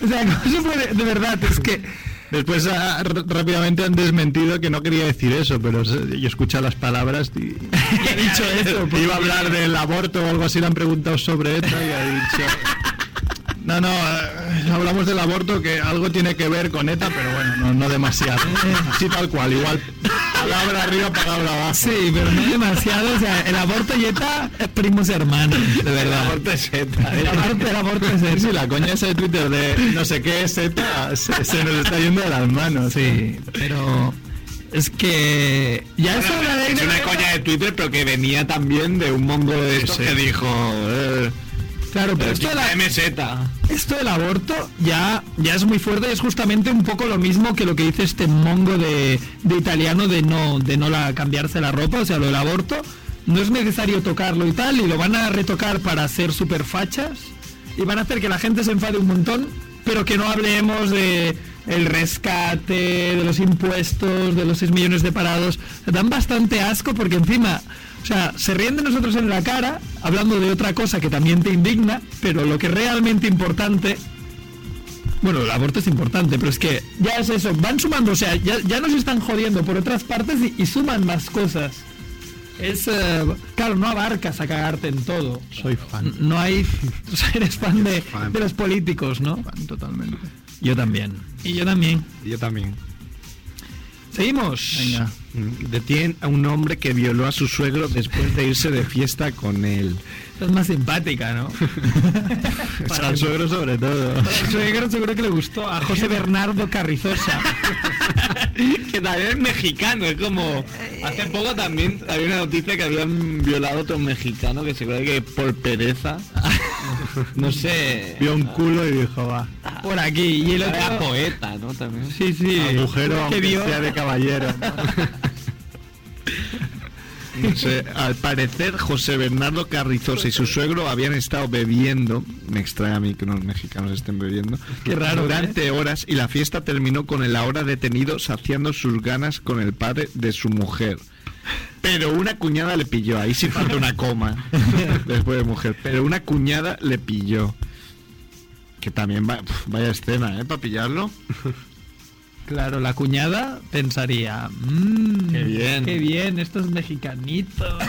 B: O sea, ¿cómo se puede? De verdad, es que.
F: Después ah, r- rápidamente han desmentido que no quería decir eso, pero se- yo escuché las palabras y, y he dicho eso. Iba a hablar del aborto o algo así, le han preguntado sobre esto y ha dicho... No, no, eh, hablamos del aborto que algo tiene que ver con ETA, pero bueno, no, no demasiado. Así tal cual, igual. Palabra arriba, palabra abajo.
B: Sí, pero no demasiado. O sea, el aborto y ETA es primos hermanos, de verdad.
A: Corte seta,
B: El
A: ¿eh?
B: aborto, el aborto es
F: Sí,
B: eso.
F: la coña esa de Twitter de no sé qué es ETA se, se nos está yendo de las manos.
B: Sí, pero. Es que. Ya es hora de.
A: Es una coña de Twitter, pero que venía también de un mongo de esos que dijo. eh,
B: Claro, pero esto de la-
A: MZ.
B: Esto del aborto ya, ya es muy fuerte y es justamente un poco lo mismo que lo que dice este mongo de, de italiano de no, de no la, cambiarse la ropa, o sea, lo del aborto no es necesario tocarlo y tal, y lo van a retocar para ser super fachas y van a hacer que la gente se enfade un montón, pero que no hablemos de el rescate, de los impuestos, de los 6 millones de parados, dan bastante asco porque encima, o sea, se ríen de nosotros en la cara hablando de otra cosa que también te indigna, pero lo que es realmente importante, bueno, el aborto es importante, pero es que ya es eso, van sumando, o sea, ya, ya nos están jodiendo por otras partes y, y suman más cosas. Es, eh, claro, no abarcas a cagarte en todo.
F: Soy fan,
B: No hay. O sea, eres fan de, de los políticos, ¿no?
F: fan totalmente.
B: Yo también. Y yo también.
A: Yo también.
B: Seguimos.
F: Venga.
A: Detienen a un hombre que violó a su suegro después de irse de fiesta con él.
B: Estás más simpática, ¿no?
F: Para el suegro sobre todo.
B: El suegro seguro que le gustó a José Bernardo Carrizosa.
A: que también es mexicano, es como. Hace poco también había una noticia que habían violado a otro mexicano que se cree que por pereza. No sé.
F: Vio un culo y dijo, va,
B: Por aquí. Y el
A: Era
B: otro.
A: poeta, ¿no? También.
B: Sí, sí.
F: agujero
B: Que
F: aunque
B: vio.
F: sea de caballero.
A: No sé, al parecer José Bernardo Carrizosa y su suegro habían estado bebiendo, me extraña a mí que unos mexicanos estén bebiendo,
B: Qué raro, ¿eh?
A: durante horas y la fiesta terminó con el ahora detenido saciando sus ganas con el padre de su mujer. Pero una cuñada le pilló, ahí sí falta una coma después de mujer, pero una cuñada le pilló. Que también va- pf, vaya escena, ¿eh? Para pillarlo.
B: Claro, la cuñada pensaría, mmm,
A: Qué bien.
B: qué bien, estos mexicanitos.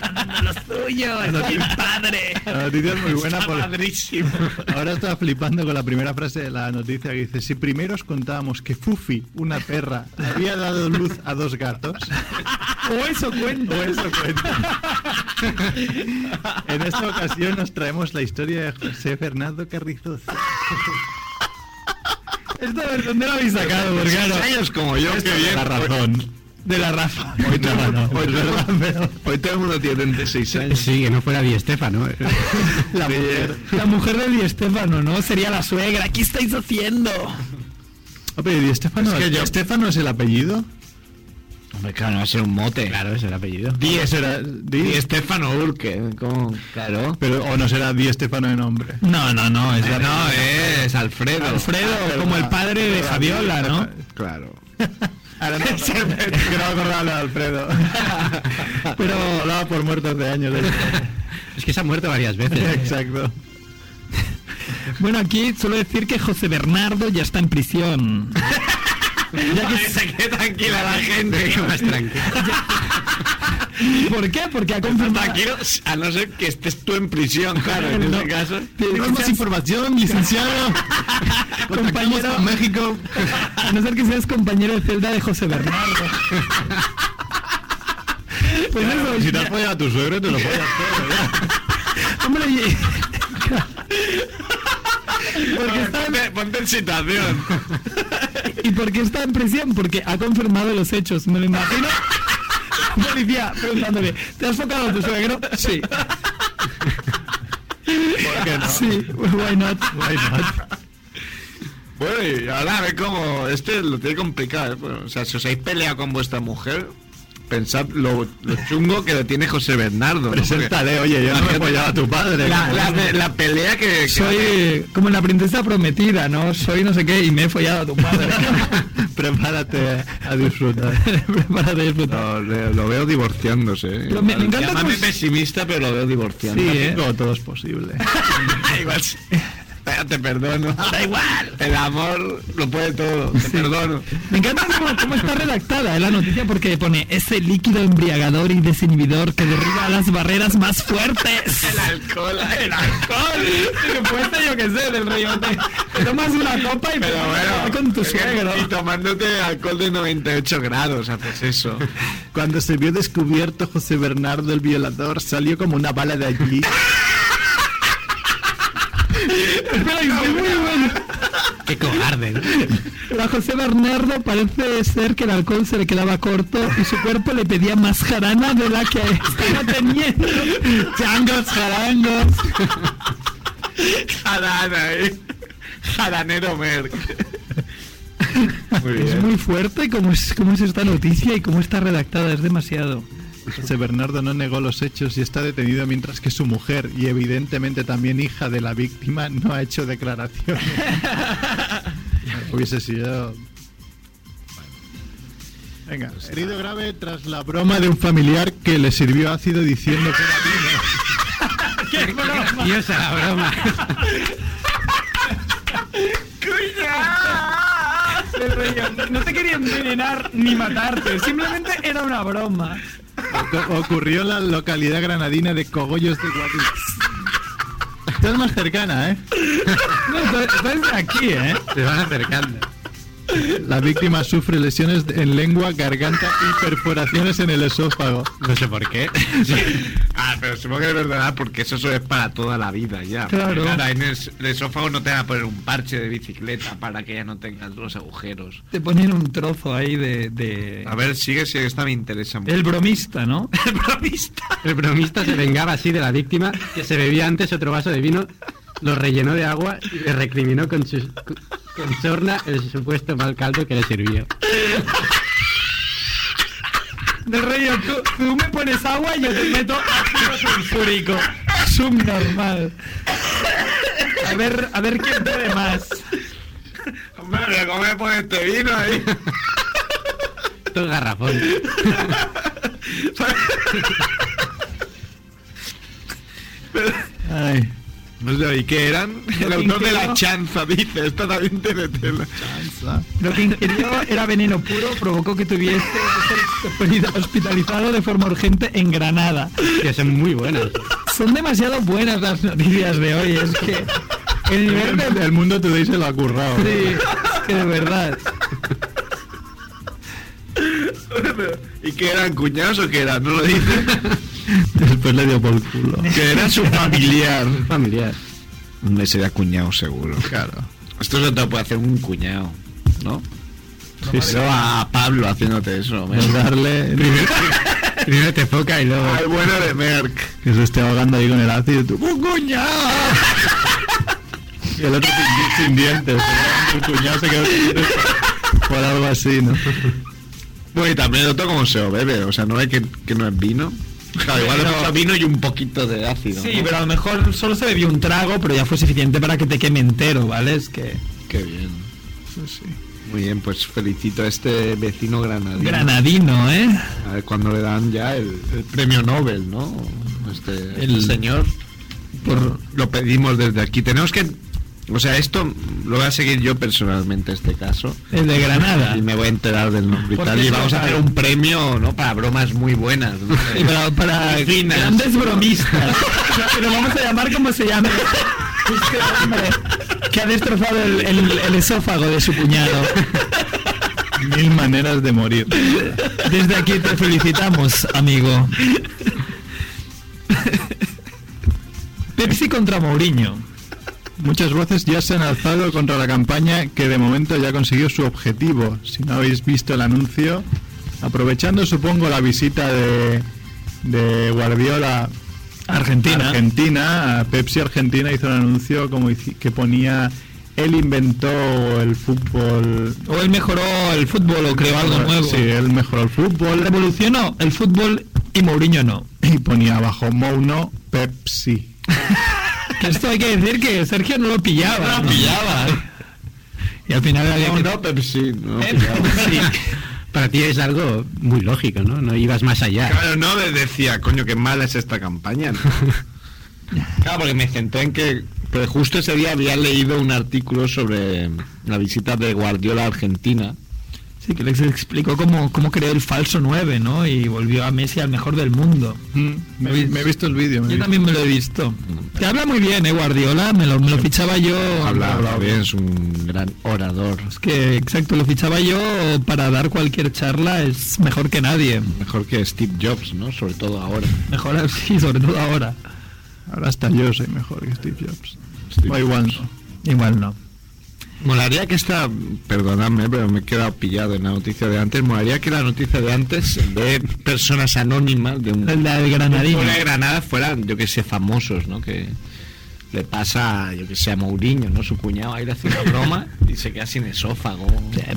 B: Dando lo suyo, es mi padre.
F: La noticia es muy buena
B: Está
F: porque-
B: padrísimo.
F: Ahora estaba flipando con la primera frase de la noticia que dice, si primero os contábamos que Fufi, una perra, había dado luz a dos gatos,
B: O eso cuenta.
F: o eso cuenta. En esta ocasión nos traemos la historia de José Fernando Carrizosa.
B: Esta vez, ¿dónde lo habéis sacado? Porque claro,
A: Ellos como yo, qué bien.
F: La razón.
B: de la Rafa.
A: Hoy todo,
F: No, no,
A: hoy
F: es verdad,
A: todo-
F: pero-
A: hoy todo el mundo tiene 36 años.
C: Sí, que no fuera Di Estefano.
B: La mujer, la mujer de Di Estefano, ¿no? Sería la suegra. ¿Qué estáis haciendo?
F: Oye, ¿y Estefano,
A: Es que yo-
F: Estefano es el apellido?
A: Hombre, claro, no va a ser un mote.
C: Claro, es el apellido.
A: Di,
F: Ese era- Di-
A: Di Estefano Urque. ¿Cómo? Claro.
F: pero, o no será Di Estefano de nombre.
B: No, no, no. Es
A: Eh, no, es Alfredo.
B: Alfredo,
F: Ah,
B: como el padre de Javiola, ¿no?
A: Claro.
F: Ahora no, que no me acordaba lo de Alfredo. Pero hablaba por muertos de años.
C: Es que se ha muerto varias veces.
F: Exacto.
B: Bueno, aquí suelo decir que José Bernardo ya está en prisión. Ya que-
A: se quede tranquila la gente.
C: Más tranquilo.
B: ¿Por qué? Porque ha confirmado...
A: Tranquilo, Pues a no ser que estés tú en prisión, claro, en
B: No.
A: ese caso.
F: ¿Tenemos más información, licenciado? Contactamos
B: Compañero-
F: Pues con México.
B: A no ser que seas compañero de celda de José Bernardo. Pues eso,
F: Si te
B: ya-
F: has follado a tu suegro, te lo follas todo, ¿verdad?
B: hombre, y-
A: Porque ponte, ponte en situación.
B: ¿y por qué está en prisión? Porque ha confirmado los hechos, me lo imagino. Policía, preguntándole, ¿te has focado a tu suegro? Sí.
F: ¿Por qué no?
B: Sí, why not?
F: Why
B: Pues
F: not?
A: Bueno, y ahora ve cómo. Este lo tiene complicado, ¿eh? Bueno, o sea, si os habéis peleado con vuestra mujer, pensad lo, lo chungo que lo tiene José Bernardo. ¿no?
F: Preséntale, oye, yo no me he follado a tu padre.
A: La, la- la pelea que. que-
B: Soy como la princesa prometida, ¿no? Soy no sé qué y me he follado a tu padre.
F: Prepárate a disfrutar.
B: Prepárate a disfrutar.
A: No, le- lo veo divorciándose. ¿eh?
B: Pero me- me encanta
A: Llámame
B: cómo-
A: pesimista, pero lo veo divorciando.
B: Sí, ¿eh?
F: Como todo es posible.
A: Igual sí. Te- Te perdono. Da igual. El amor lo puede todo. Te perdono.
B: Me encanta cómo, cómo está redactada eh, la noticia porque pone ese líquido embriagador y desinhibidor que derriba las barreras más fuertes.
A: El alcohol, el alcohol.
B: Puede yo que sé, del río. Te, te tomas una copa y te
A: Pero
B: vas a
A: bueno,
B: hablar con tu
A: es que-
B: suegro.
A: Y tomándote alcohol de 98 grados, haces eso.
F: Cuando se vio descubierto José Bernardo el violador, salió como una bala de allí.
B: Espera, que estoy muy bueno.
C: Qué cobarde. ¿no?
B: Pero a José Bernardo parece ser que el alcohol se le quedaba corto y su cuerpo le pedía más jarana de la que estaba teniendo. Changos, jarangos.
A: Jarana, ¿eh? Jaranero Merck. Muy
B: Es
A: bien.
B: muy fuerte cómo es, cómo es esta noticia y cómo está redactada, es demasiado.
F: José Bernardo no negó los hechos y está detenido mientras que su mujer, y evidentemente también hija de la víctima, no ha hecho declaraciones. Hubiese sido... Venga,
B: Pues
F: herido grave tras la broma de un familiar que le sirvió ácido diciendo que era vino.
C: Diosa la broma.
B: No te quería envenenar ni matarte, simplemente era una broma.
F: Ocu- Ocurrió en la localidad granadina de Cogollos de Guadix. Estás más cercana, ¿eh?
B: No, esto- esto es aquí, ¿eh?
C: Se van acercando.
F: La víctima sufre lesiones en lengua, garganta y perforaciones en el esófago.
C: No sé por qué.
A: Ah, pero supongo que es verdad, porque eso solo es para toda la vida ya.
B: Claro.
A: Ahora, en el, s- el esófago no te van a poner un parche de bicicleta para que ya no tengas los agujeros.
B: Te ponen un trozo ahí de... de-
A: A ver, sigue, si esta me interesa mucho.
B: El bromista, ¿no?
A: El bromista.
C: El bromista se vengaba así de la víctima que se bebía antes otro vaso de vino, lo rellenó de agua y le recriminó con, sus, con sorna el supuesto mal caldo que le sirvió.
B: Del rollo, tú, tú me pones agua y yo te meto ácido sulfúrico. Subnormal. A ver, a ver quién puede más.
H: Hombre, pero ¿cómo me pones este vino ahí?
C: Esto es garrafón.
F: Ay.
H: No sé, ¿y qué eran? El autor de la chanza, dice. Esta también tiene tela.
B: Lo que ingirió era veneno puro, provocó que tuviese que ser hospitalizado de forma urgente en Granada.
C: Que son muy buenas.
B: Son demasiado buenas las noticias de hoy, es que el nivel
F: El,
B: de...
F: el mundo today se lo ha currado.
B: Sí, es que de verdad.
H: ¿Y qué eran cuñados o qué eran? No lo dice.
F: Después le dio por el culo.
H: Que era su familiar.
C: Familiar.
H: Hombre, sería cuñado seguro. Claro. Esto se te lo puede hacer un cuñado, ¿no? Sí, a Pablo haciéndote eso.
F: El
H: ¿verdad?
F: Pues darle.
C: Primero te foca y luego.
H: Al bueno de Merck.
F: Que se esté ahogando ahí con el ácido. y tú, ¡Un cuñado! Y el otro sin, sin dientes. El cuñado se quedó sin dientes. Por algo así, ¿no?
H: Bueno, y también el otro como se lo bebe. O sea, no es que, que no es vino. Claro, igual es mucho vino y un poquito de ácido.
B: Sí,
H: ¿no?
B: pero a lo mejor solo se bebió un trago, pero ya fue suficiente para que te queme entero, ¿vale? Es que...
H: Qué bien. Muy bien, pues felicito a este vecino granadino.
B: Granadino, ¿eh?
H: A ver, cuando le dan ya el, el premio Nobel, ¿no? Este,
B: El-
H: este señor. por- lo pedimos desde aquí. Tenemos que. O sea, esto lo voy a seguir yo personalmente, este caso.
B: El de Granada.
H: Y me voy a enterar del nombre y
B: Porque
H: tal. Y
B: eso
H: vamos a
B: sabe.
H: hacer un premio, ¿no? Para bromas muy buenas. ¿no?
B: Y para, para
H: Finas.
B: grandes bromistas. Pero vamos a llamar como se llame. Este hombre que ha destrozado el, el- el esófago de su cuñado.
F: Mil maneras de morir.
B: Desde aquí te felicitamos, amigo. Pepsi contra Mourinho.
F: Muchas voces ya se han alzado contra la campaña que de momento ya consiguió su objetivo. Si no habéis visto el anuncio, aprovechando supongo la visita de, de Guardiola
B: Argentina.
F: Argentina, Pepsi Argentina hizo un anuncio como hici- que ponía él inventó el fútbol
B: O él mejoró el fútbol o creó algo nuevo.
F: Sí, él mejoró el fútbol
B: Revolucionó el fútbol y Mourinho no.
F: y ponía abajo Mouno Pepsi.
B: Que Esto hay que decir que Sergio no lo pillaba. No lo pillaba. Y al final había que...
H: no, Pepsi. No,
B: Eh,
H: cuidado.
C: Para ti es algo muy lógico, ¿no? No ibas más allá.
H: Claro, no de- decía, coño, qué mala es esta campaña. ¿no? claro, porque me centré en que. Pero justo ese día había leído un artículo sobre la visita de Guardiola a Argentina.
B: Sí, que les explicó cómo, cómo creó el falso 9, ¿no? Y volvió a Messi al mejor del mundo.
F: Mm, Me, me he visto el vídeo. me
B: Yo
F: he visto.
B: también me lo he visto. Te habla muy bien, ¿eh, Guardiola? Me lo, me lo fichaba yo...
H: Habla, habla bien, es un gran orador.
B: Es que, exacto, lo fichaba yo para dar cualquier charla, es mejor que nadie.
H: Mejor que Steve Jobs, ¿no? Sobre todo ahora.
B: Mejor así, sobre todo ahora.
F: Ahora hasta yo soy mejor que Steve Jobs.
H: Steve
F: O igual no.
B: Igual no.
H: Molaría que esta, perdonadme, pero me he quedado pillado en la noticia de antes. Molaría que la noticia de antes, de personas anónimas de un
B: El del
H: de
B: Granadino.
H: una Granada fueran, yo que sé, famosos, ¿no? Que le pasa, yo que sé, a Mourinho, ¿no? Su cuñado ahí le hace una broma y se queda sin esófago.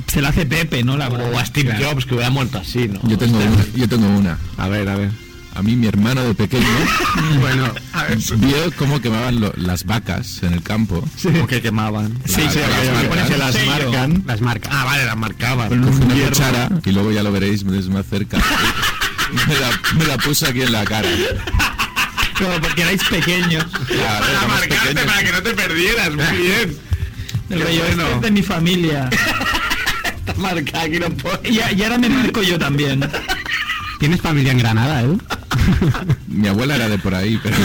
B: Se la hace Pepe, ¿no? La
H: O a Steve Jobs, que hubiera muerto así, ¿no?
D: Yo tengo una, yo tengo una.
H: A ver, a ver.
D: A mí mi hermano de pequeño
H: Bueno, a ver.
D: vio cómo quemaban lo- las vacas en el campo.
H: Como que quemaban.
D: Sí, sí,
H: las
D: que
H: marcas.
F: se las marcan.
C: Las marcas.
H: Ah, vale, las
D: Con
H: marcaban.
D: una cuchara, y luego ya lo veréis desde más cerca. Me la, me la puso aquí en la cara.
B: Como porque erais pequeños.
D: Claro,
H: Para
D: éramos
H: marcarte,
D: pequeños.
H: para que no te perdieras, muy bien.
B: El
H: Qué
B: rollo,
H: bueno.
B: "Este es de mi familia.
H: Está marcada, aquí no puedo.
B: Y, a- y ahora me marco yo también.
C: Tienes familia en Granada, ¿eh?
D: Mi abuela era de por ahí, pero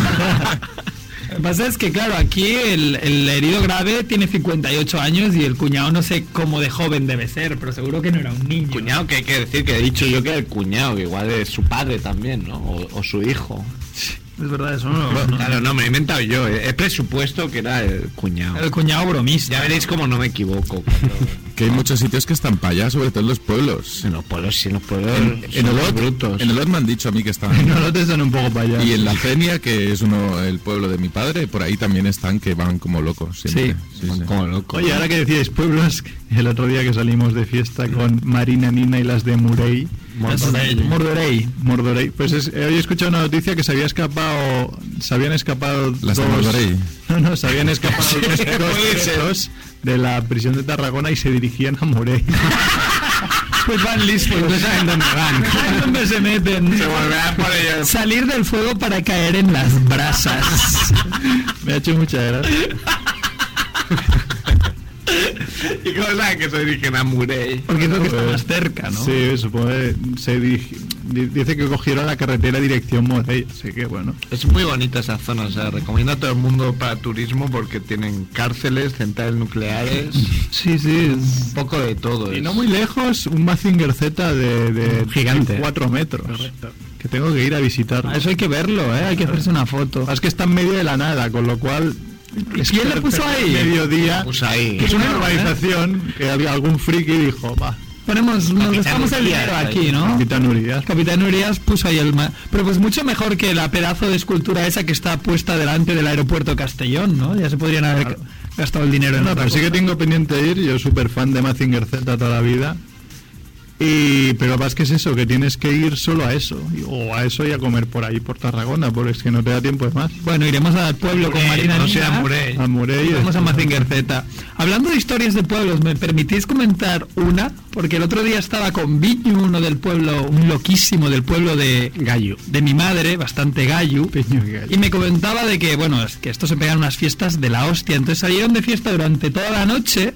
B: Lo que pasa es que, claro, aquí el, el herido grave tiene 58 años y el cuñado no sé cómo de joven debe ser, pero seguro que no era un niño.
H: Cuñado, que hay que decir que he dicho yo que era el cuñado, que igual es su padre también, ¿no? O- o su hijo.
B: Es verdad, eso no.
H: Claro, no, me lo he inventado yo. eh. He presupuesto que era el cuñado.
B: El cuñado bromista.
H: Ya veréis cómo no me equivoco. cuando-
D: que hay muchos sitios que están para allá, sobre todo en los pueblos.
H: En los pueblos, sí, en los pueblos.
D: En, en
H: son
D: Olot,
H: brutos.
D: en Olot me han dicho a mí que están.
F: No, no te son un poco para allá.
D: Y en La Cenia, que es uno el pueblo de mi padre, por ahí también están que van como locos. Siempre.
H: Sí, son como locos.
F: Oye, ahora que decíais pueblos, el otro día que salimos de fiesta con Marina, Nina y las de Murey, Mordorell.
B: Mordorey.
F: Mordorey. Pues es- eh, hoy he escuchado una noticia que se había escapado. Se habían escapado
D: Las de
F: dos.
D: Mordorey.
F: No, no, se habían escapado dos, dos presos de la prisión de Tarragona y se dirigían a Morey.
B: Pues van listos.
C: No saben dónde van.
B: Saben dónde se meten. Salir del fuego para caer en las brasas.
F: Me ha hecho mucha gracia.
A: Y cosa que se dirigen a Murey.
B: Porque es lo que está más cerca, ¿no?
F: Pues, Sí, supongo que se dirigi- di- dice que cogieron la carretera dirección Morey. Así que bueno.
A: Es muy bonita esa zona, o sea, recomiendo a todo el mundo para turismo porque tienen cárceles, centrales nucleares,
F: Sí, sí.
A: un poco de todo.
F: Y
A: es-
F: no muy lejos, un Mazinger Z de, de
C: Gigante.
F: 4 metros. Que tengo que ir a visitarlo.
B: Eso hay que verlo, ¿eh? Hay que hacerse una foto.
F: Además que está en medio de la nada, con lo cual... es
B: quién la puso ahí?
F: Mediodía.
A: Pues ahí.
F: Que es una urbanización que había algún friki dijo, va,
B: Ponemos, nos gastamos el
A: Urias,
B: dinero
A: ahí.
B: aquí, ¿no?
F: Capitán Urias.
B: Capitán Urias puso ahí el... ma- Pero pues mucho mejor que la pedazo de escultura esa que está puesta delante del aeropuerto Castellón, ¿no? Ya se podrían haber gastado el dinero en
F: No,
B: otra
F: pero sí que
B: cosa.
F: tengo pendiente de ir, yo súper fan de Mazinger Z toda la vida. Y, pero más que es eso, que tienes que ir solo a eso, y- o a eso y a comer por ahí, por Tarragona, porque es que no te da tiempo de más.
B: Bueno, iremos al pueblo con Marina
A: no sea
B: Nina.
A: Murey.
F: A Morey,
B: Vamos a Mazinger Z. Hablando de historias de pueblos, ¿me permitís comentar una? Porque el otro día estaba con Viñu, uno del pueblo, un loquísimo del pueblo de,
C: Gallo.
B: de mi madre, bastante gallo.
F: Piño y gallo.
B: Y me comentaba de que, bueno, es que esto se pegan unas fiestas de la hostia. Entonces salieron de fiesta durante toda la noche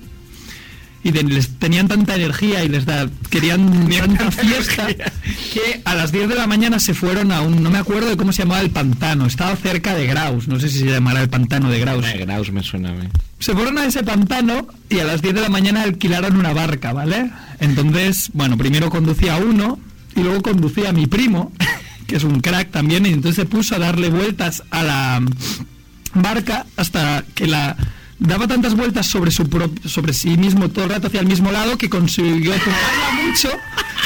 B: y de- les tenían tanta energía y les da, querían tanta fiesta que a las 10 de la mañana se fueron a un, no me acuerdo de cómo se llamaba el pantano, estaba cerca de Graus, no sé si se llamará el pantano de Graus.
A: Eh, Graus me suena a mí.
B: Se fueron a ese pantano y a las 10 de la mañana alquilaron una barca, ¿vale? Entonces, bueno, primero conducía uno y luego conducía a mi primo, que es un crack también, y entonces se puso a darle vueltas a la barca hasta que la daba tantas vueltas sobre su pro- sobre sí mismo todo el rato hacia el mismo lado que consiguió tomarla mucho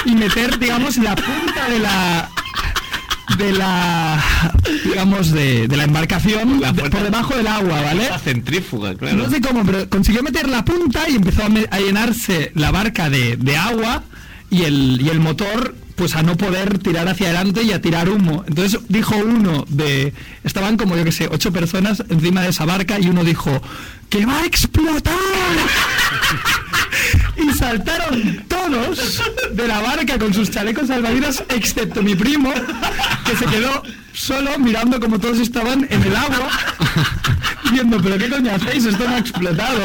B: y meter, digamos, la punta de la de la digamos de, de la embarcación
A: La
B: de-
A: puerta-
B: por debajo del agua, ¿vale?
A: La centrífuga, claro.
B: No sé cómo, pero consiguió meter la punta y empezó a, me- a llenarse la barca de, de agua y el, y el motor pues a no poder tirar hacia adelante y a tirar humo. Entonces dijo uno de... Estaban como, yo que sé, ocho personas encima de esa barca y uno dijo, ¡que va a explotar! y saltaron todos de la barca con sus chalecos salvavidas, excepto mi primo, que se quedó solo mirando como todos estaban en el agua, diciendo, pero qué coño hacéis, esto no ha explotado.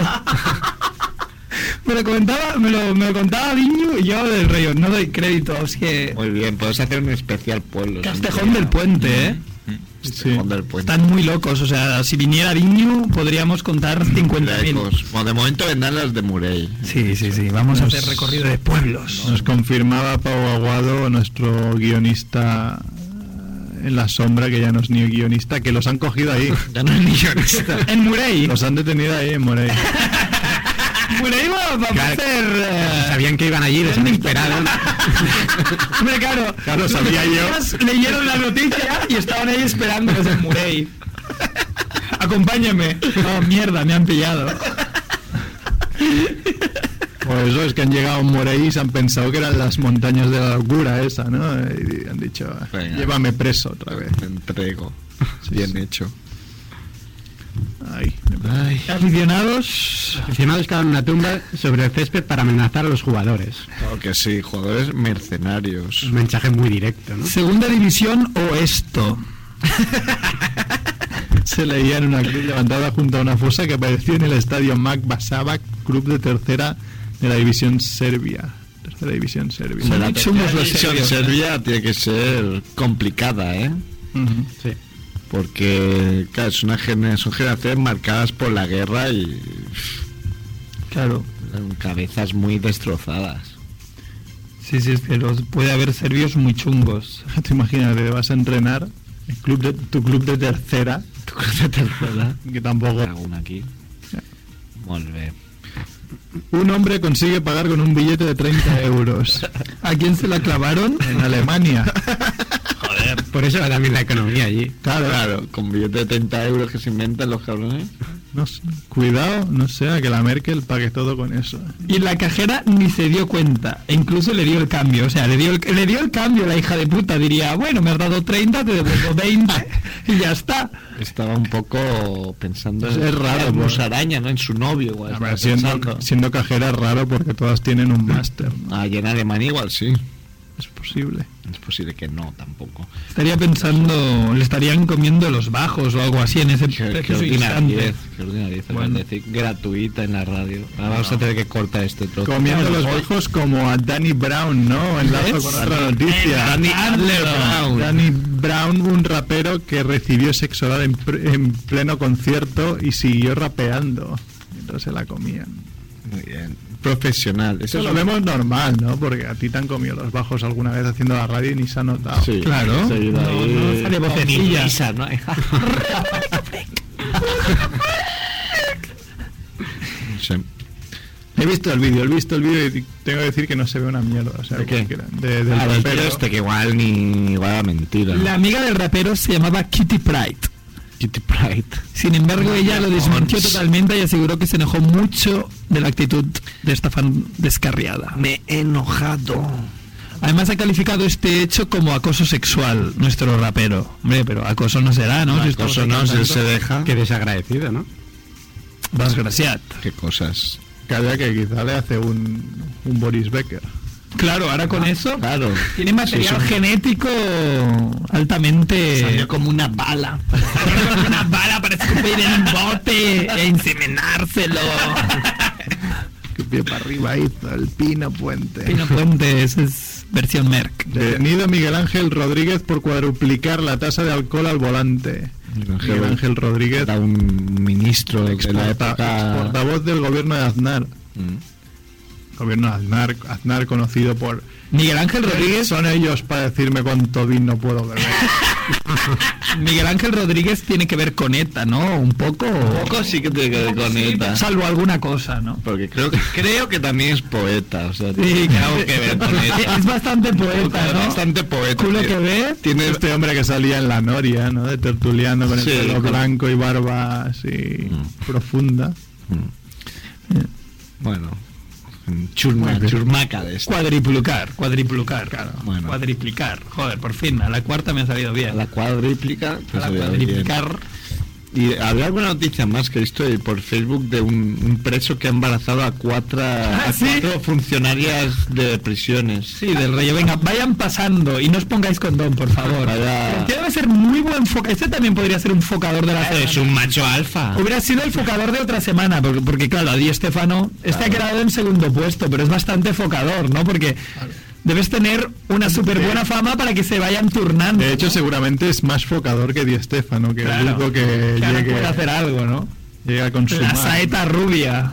B: Me lo, comentaba, me, lo, me lo contaba Viñu y yo del rey, no doy crédito, es que...
A: Muy bien, podemos hacer un especial pueblo.
B: Castejón del Puente, ¿eh?
F: sí.
A: Castejón del Puente.
B: Están muy locos, o sea, si viniera Viñu podríamos contar 50.000.
A: Lejos. Bueno, de momento vendrán las de Murey.
B: Sí, sí, sí, vamos a hacer recorrido de pueblos.
F: Nos confirmaba Pau Aguado, nuestro guionista eh, en la sombra, que ya no es ni guionista, que los han cogido ahí.
A: Ya no es guionista.
B: En Murey.
F: Los han detenido ahí en Morey.
B: Murey va, va a
C: Claro.
B: hacer... eh,
C: Sabían que iban allí, les han esperado.
B: Hombre, claro.
F: Claro, sabía yo.
B: Ellos Leyeron la noticia y estaban ahí esperando que se Murey. Acompáñame. No, mierda, me han pillado.
F: Por Pues eso es que han llegado a Morey y se han pensado que eran las montañas de la locura esa, ¿no? Y han dicho, "Ah,
A: Venga.
F: llévame preso otra vez.
A: Te entrego. bien hecho.
F: Ay,
C: Ay.
B: Aficionados.
C: Aficionados cavaron una tumba sobre el césped para amenazar a los jugadores.
A: Claro que sí, jugadores mercenarios.
C: Un mensaje muy directo, ¿no?
B: Segunda división o esto.
F: se leía en una cruz levantada junto a una fosa que apareció en el estadio Mac Basabac, club de tercera de la división serbia. Tercera división serbia.
B: Será
A: La
B: Somos los
A: tercera división
B: serbios, ¿eh?
A: serbia tiene que ser complicada, ¿eh?
F: Ujú.
C: Sí.
A: Porque, claro, es una gener- son generaciones marcadas por la guerra y
B: Claro.
A: con cabezas muy destrozadas.
B: Sí, sí, es que los- puede haber serbios muy chungos.
F: Te imaginas que vas a entrenar el club de, tu club de tercera,
A: ¿Tú crees que te acuerdas?
F: que tampoco.
A: Hago una aquí. Volve.
F: Un hombre consigue pagar con un billete de 30 euros
B: ¿A quién se la clavaron?
F: en Alemania.
C: Por eso va también la economía allí.
A: Claro, con billetes de 30 euros que se inventan los cabrones.
F: No sé. Cuidado, no sea que la Merkel pague todo con eso.
B: Y la cajera ni se dio cuenta. E incluso le dio el cambio. O sea, le dio el, le dio el cambio la hija de puta. Diría, bueno, me has dado 30, te devuelvo 20 y ya está.
A: Estaba un poco pensando en
F: Es raro,
A: en
F: ¿no?
A: Musaraña, ¿no? En su novio, igual.
F: A
A: estaba
F: ver, siendo,
A: pensando.
F: siendo cajera es raro porque todas tienen un máster. ¿no?
A: Ah, y en Alemania igual sí.
F: Es posible.
A: Es posible que no, tampoco.
B: Estaría pensando, le estarían comiendo los bajos o algo así en ese
A: Qué, qué
B: preciso
A: ordinariez,
B: instante.
A: qué ordinariez,
B: Bueno.
A: acabas de decir, gratuita en la radio. Ahora Ah, vamos a tener que cortar este trozo.
F: Comiendo los bajos como a Danny Brown, ¿no? Enlazo
B: ¿Ves?
F: con otra noticia.
A: Danny Adler Brown.
F: Danny Brown, un rapero que recibió sexo oral en, pr- en pleno concierto y siguió rapeando. Entonces se la comían.
A: Muy bien. Profesional. Eso
F: Eso lo
A: es-
F: vemos normal, ¿no? Porque a ti te han comido los bajos alguna vez haciendo la radio y ni se ha notado.
A: Sí,
B: Claro.
A: se ha ido
B: No,
A: ahí.
B: no sale vocecilla.
A: Risa, ¿no? Sí. Ah,
F: He visto el vídeo, he visto el vídeo y tengo que decir que no se ve una mierda. O sea,
A: ¿De qué?
F: cualquiera. De- del
A: Ah, del
F: rapero.
A: tío este que igual ni igual a mentira.
B: La amiga del rapero se llamaba Kitty Pride.
A: Kitty Pride.
B: Sin embargo, ella lo desmintió totalmente y aseguró que se enojó mucho de la actitud de esta fan descarriada.
A: Me he enojado.
B: Además ha calificado este hecho como acoso sexual, nuestro rapero. Hombre, pero acoso no será, ¿no? Si estamos
A: Acoso no,
B: aquí
A: si él se
B: tanto.
A: deja.
C: Qué desagradecido, ¿no?
B: Desgraciat.
A: qué cosas.
F: Calla que quizá le hace un, un Boris Becker.
B: Claro, ahora con eso
A: Claro.
B: tiene material
A: Sí, son-
B: genético altamente...
A: Salió como una bala.
B: Salió una bala para escupir en un bote e inseminárselo.
F: Que pie para arriba hizo el Pino Puente.
B: Pino Puente, esa es versión Merck.
F: Detenido Miguel Ángel Rodríguez por cuadruplicar la tasa de alcohol al volante.
A: Miguel Ángel-
F: Miguel Ángel Rodríguez,
A: Era un ministro de de la
F: exporta-
A: época.
F: portavoz del gobierno de Aznar.
A: Mm.
F: Gobierno de Aznar, Aznar conocido por...
B: Miguel Ángel Rodríguez
F: Son ellos para decirme cuánto vino puedo beber.
B: Miguel Ángel Rodríguez tiene que ver con ETA, ¿no? Un poco.
A: Poco sí que tiene que ver con ETA.
B: Salvo alguna cosa, ¿no?
A: Porque creo que, creo que también es poeta. O sea,
B: Sí,
A: tiene algo que ver con ETA.
B: Es bastante poeta,
A: Es
B: ¿no?
A: Bastante poeta.
B: Culo
A: tío.
B: que ve.
F: Tiene este hombre que salía en la noria, ¿no? De tertuliano con
A: Sí,
F: el pelo
A: con-
F: blanco y barba así
A: Mm.
F: profunda.
A: Bueno. Churma, churmaca de este. esto.
B: Cuadriplucar, cuadriplucar. Claro.
A: Bueno.
B: Cuadriplicar. Joder, por fin, a la cuarta me ha salido bien.
A: A La cuadríplica.
B: A
A: pues
B: la
A: había bien.
B: cuadriplicar.
A: Y había alguna noticia más que he visto ahí por Facebook de un, un preso que ha embarazado a cuatro, a
B: Ah, ¿sí?
A: cuatro funcionarias de prisiones.
B: Sí, del rey. Venga, vayan pasando y no os pongáis condón, por favor.
A: Vaya. Eh,
B: Este debe ser muy buen foca. Este también podría ser un focador de la semana.
A: Es un macho alfa.
B: Hubiera sido el focador de otra semana, porque, porque claro, a Di Stefano este ha quedado en segundo puesto, pero es bastante focador, ¿no? Porque debes tener una súper buena fama para que se vayan turnando.
F: De hecho,
B: ¿no?
F: seguramente es más focador que Di Stefano, que
B: Claro.
F: el único que,
B: Que ahora
F: llegue,
B: puede hacer algo, ¿no?
F: llegue a consumar.
B: La saeta rubia.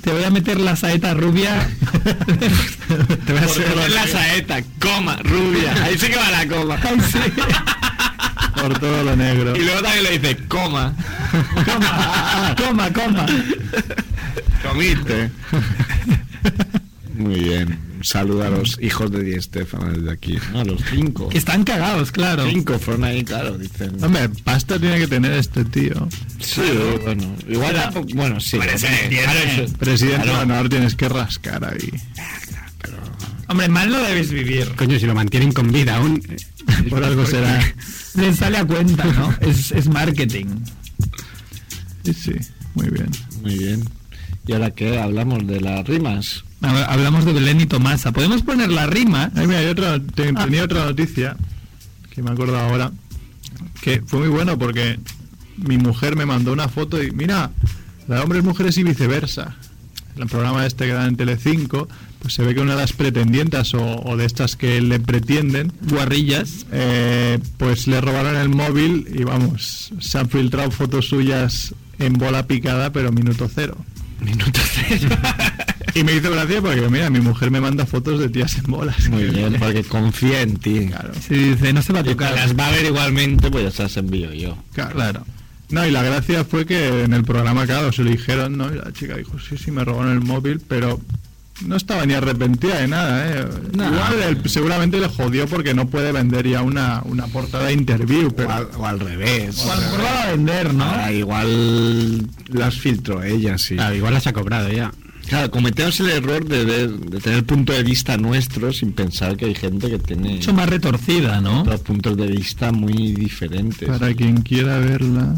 B: Te voy a meter la saeta rubia.
F: Te voy a hacer
A: Porque es
F: la-
A: la saeta, coma, rubia. Ahí sí que va la coma.
B: Ay, sí.
F: por todo lo negro.
A: Y luego también le dice, coma.
B: Coma, ah, coma, coma.
A: Comiste. Muy bien. Un saludo a los hijos de Di Estefano desde aquí. A los cinco.
B: Que están cagados, claro.
A: Cinco fueron ahí, claro, dicen.
B: Ah,
F: Hombre, pasta tiene que tener este tío.
A: Sí, bueno. Igual tampoco. Bueno, sí. Claro, eso-
F: Presidente
A: Claro.
F: de honor tienes que rascar ahí.
B: Hombre, mal lo debes vivir.
C: Coño, si lo mantienen con vida aún. eh,
F: Por algo será.
B: Les sale a cuenta, ¿no? Es, es marketing.
F: Sí, sí, muy bien.
A: Muy bien. ¿Y ahora qué? Hablamos de las rimas.
B: Hab- Hablamos de Belén y Tomasa. Podemos poner la rima. Ah.
F: Ay, mira, hay otra, te- tenía otra noticia que me acuerdo ahora, que fue muy bueno porque mi mujer me mandó una foto y mira, la de hombres, mujeres y viceversa. En el programa este que dan en Telecinco, pues se ve que una de las pretendientas o, o de estas que le pretenden,
B: Guarrillas.
F: eh, pues le robaron el móvil y vamos, se han filtrado fotos suyas en bola picada, pero minuto cero.
A: Minuto cero.
F: Y me hizo gracia porque, mira, mi mujer me manda fotos de tías en bolas.
A: Muy bien, porque confía en ti.
F: Claro.
B: Se dice, no se va a
A: Y que
B: tocar.
A: las va a ver igualmente, pues ya se las envío yo.
F: Claro. No, y la gracia fue que en el programa, claro, se lo dijeron, ¿no? Y la chica dijo, sí, sí, me robaron el móvil, pero No estaba ni arrepentida de nada, ¿eh?
B: No.
F: Igual él seguramente le jodió porque no puede vender ya una, una portada de interview,
H: O
F: pero...
H: al, o al revés.
F: Igual no la va a vender, ¿no?
H: Ah, igual las filtró ella, sí.
C: Claro, igual las ha cobrado ya.
H: Claro, cometemos el error de, ver- de tener punto de vista nuestro sin pensar que hay gente que tiene
B: Mucho más retorcida, ¿no?
H: otros puntos de vista muy diferentes.
F: Para quien quiera verla,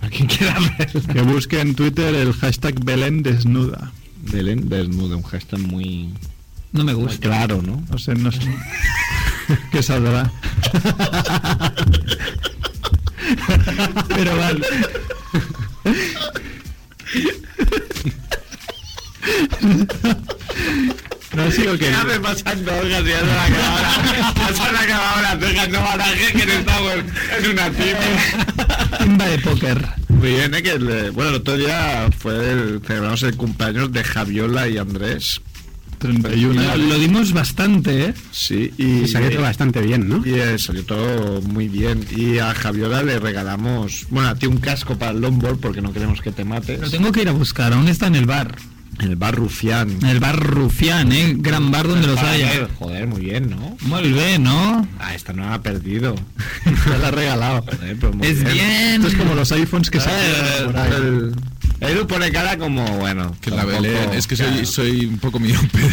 H: Para quien quiera ver.
F: que busque en Twitter el hashtag Belén desnuda.
H: Belén desnuda, un hashtag muy,
B: No me
H: muy
B: gusta.
H: claro, ¿no?
F: No sé, no sé. ¿Qué saldrá? Pero vale. No ha sido que.
H: pasando, Olga, si ya se la acabaron. Ya se la acabaron las no baraje que no estamos en una tipa.
F: Timba de póker.
H: Muy bien, ¿eh? que le- bueno, el otro día fue el, celebramos el cumpleaños de Javiola y Andrés.
F: 31
B: Lo, lo dimos bastante, ¿eh?
H: Sí, y,
C: Y salió todo bastante bien, ¿no?
H: y, eh, salió todo muy bien. Y a Javiola le regalamos, bueno, a ti un casco para el longboard porque no queremos que te mates.
B: Lo tengo que ir a buscar, aún está en el bar.
H: El bar Rufián.
B: En el bar Rufián, ¿eh? Gran bar donde los
H: Ah,
B: haya.
H: Joder, muy bien, ¿no?
B: Muy bien, ¿no?
H: Ah, esta no la ha perdido. Esta la ha regalado. Joder, pues muy Ah,
B: Es bien.
F: Esto es como los iPhones que se pierden por ahí.
H: el, Edu pone cara como, bueno.
D: Que la
H: tampoco-
D: Belén, es que soy,
H: claro.
D: soy un poco miope.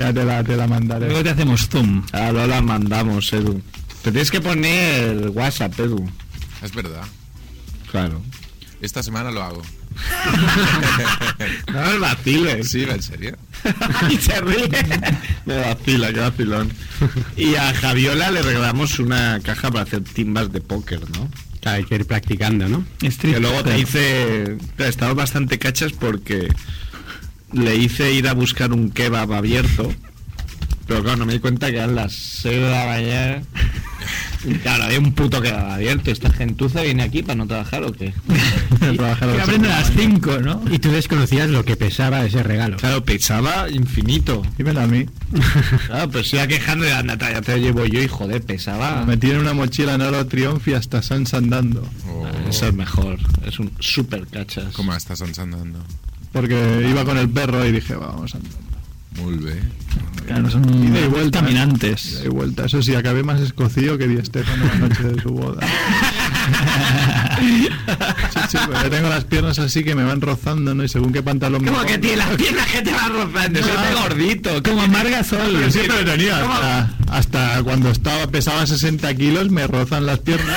F: Ya te la, te la
B: Luego
F: mandaré.
B: te hacemos zoom.
H: Ah, no la mandamos, Edu. Te tienes que poner el WhatsApp, Edu.
D: es verdad.
H: Claro.
D: Esta semana lo hago.
H: No me vaciles.
D: Sí, en serio.
A: Ah,
H: y se ríe. Me vacila, qué vacilón. Y a Javiola le regalamos una caja para hacer timbas de póker, ¿no?
C: Claro, hay que ir practicando, ¿no?
B: Street
H: Que luego te
B: Fighter.
H: hice... Claro, estamos bastante cachas porque le hice ir a buscar un kebab abierto. Pero claro, no me di cuenta que eran las 6 de la mañana. Y Claro, había un puto kebab abierto. ¿Esta gentuza viene aquí para no trabajar o qué?
F: Trabajar
B: Que abren a las 5, ¿no?
C: Y tú desconocías lo que pesaba ese regalo.
H: Claro, pesaba infinito.
F: Dímelo a mí.
H: Claro, pero se iba quejando de anda, ya te lo llevo yo y joder,
B: Ah.
H: pesaba.
F: Me tiene una mochila en oro triunfo y hasta Sans andando.
D: O-
H: Eso es mejor, es un super cachas.
D: Oh, ¿Cómo estás andando?
F: Porque iba con el perro y dije, vamos andando.
D: Muy bien.
B: Claro, son
F: Ida y vuelta,
B: Mm. caminantes.
F: De vuelta, eso sí, acabé más escocido que Di Stefano la noche de su boda. Sí, sí, porque tengo las piernas así que me van rozando, ¿no? Y según qué pantalón me pongo-
H: las piernas que te van rozando? Soy de gordito.
B: Como amarga sol.
F: Yo siempre lo tenía. Hasta, hasta cuando estaba, pesaba 60 kilos me rozan las piernas.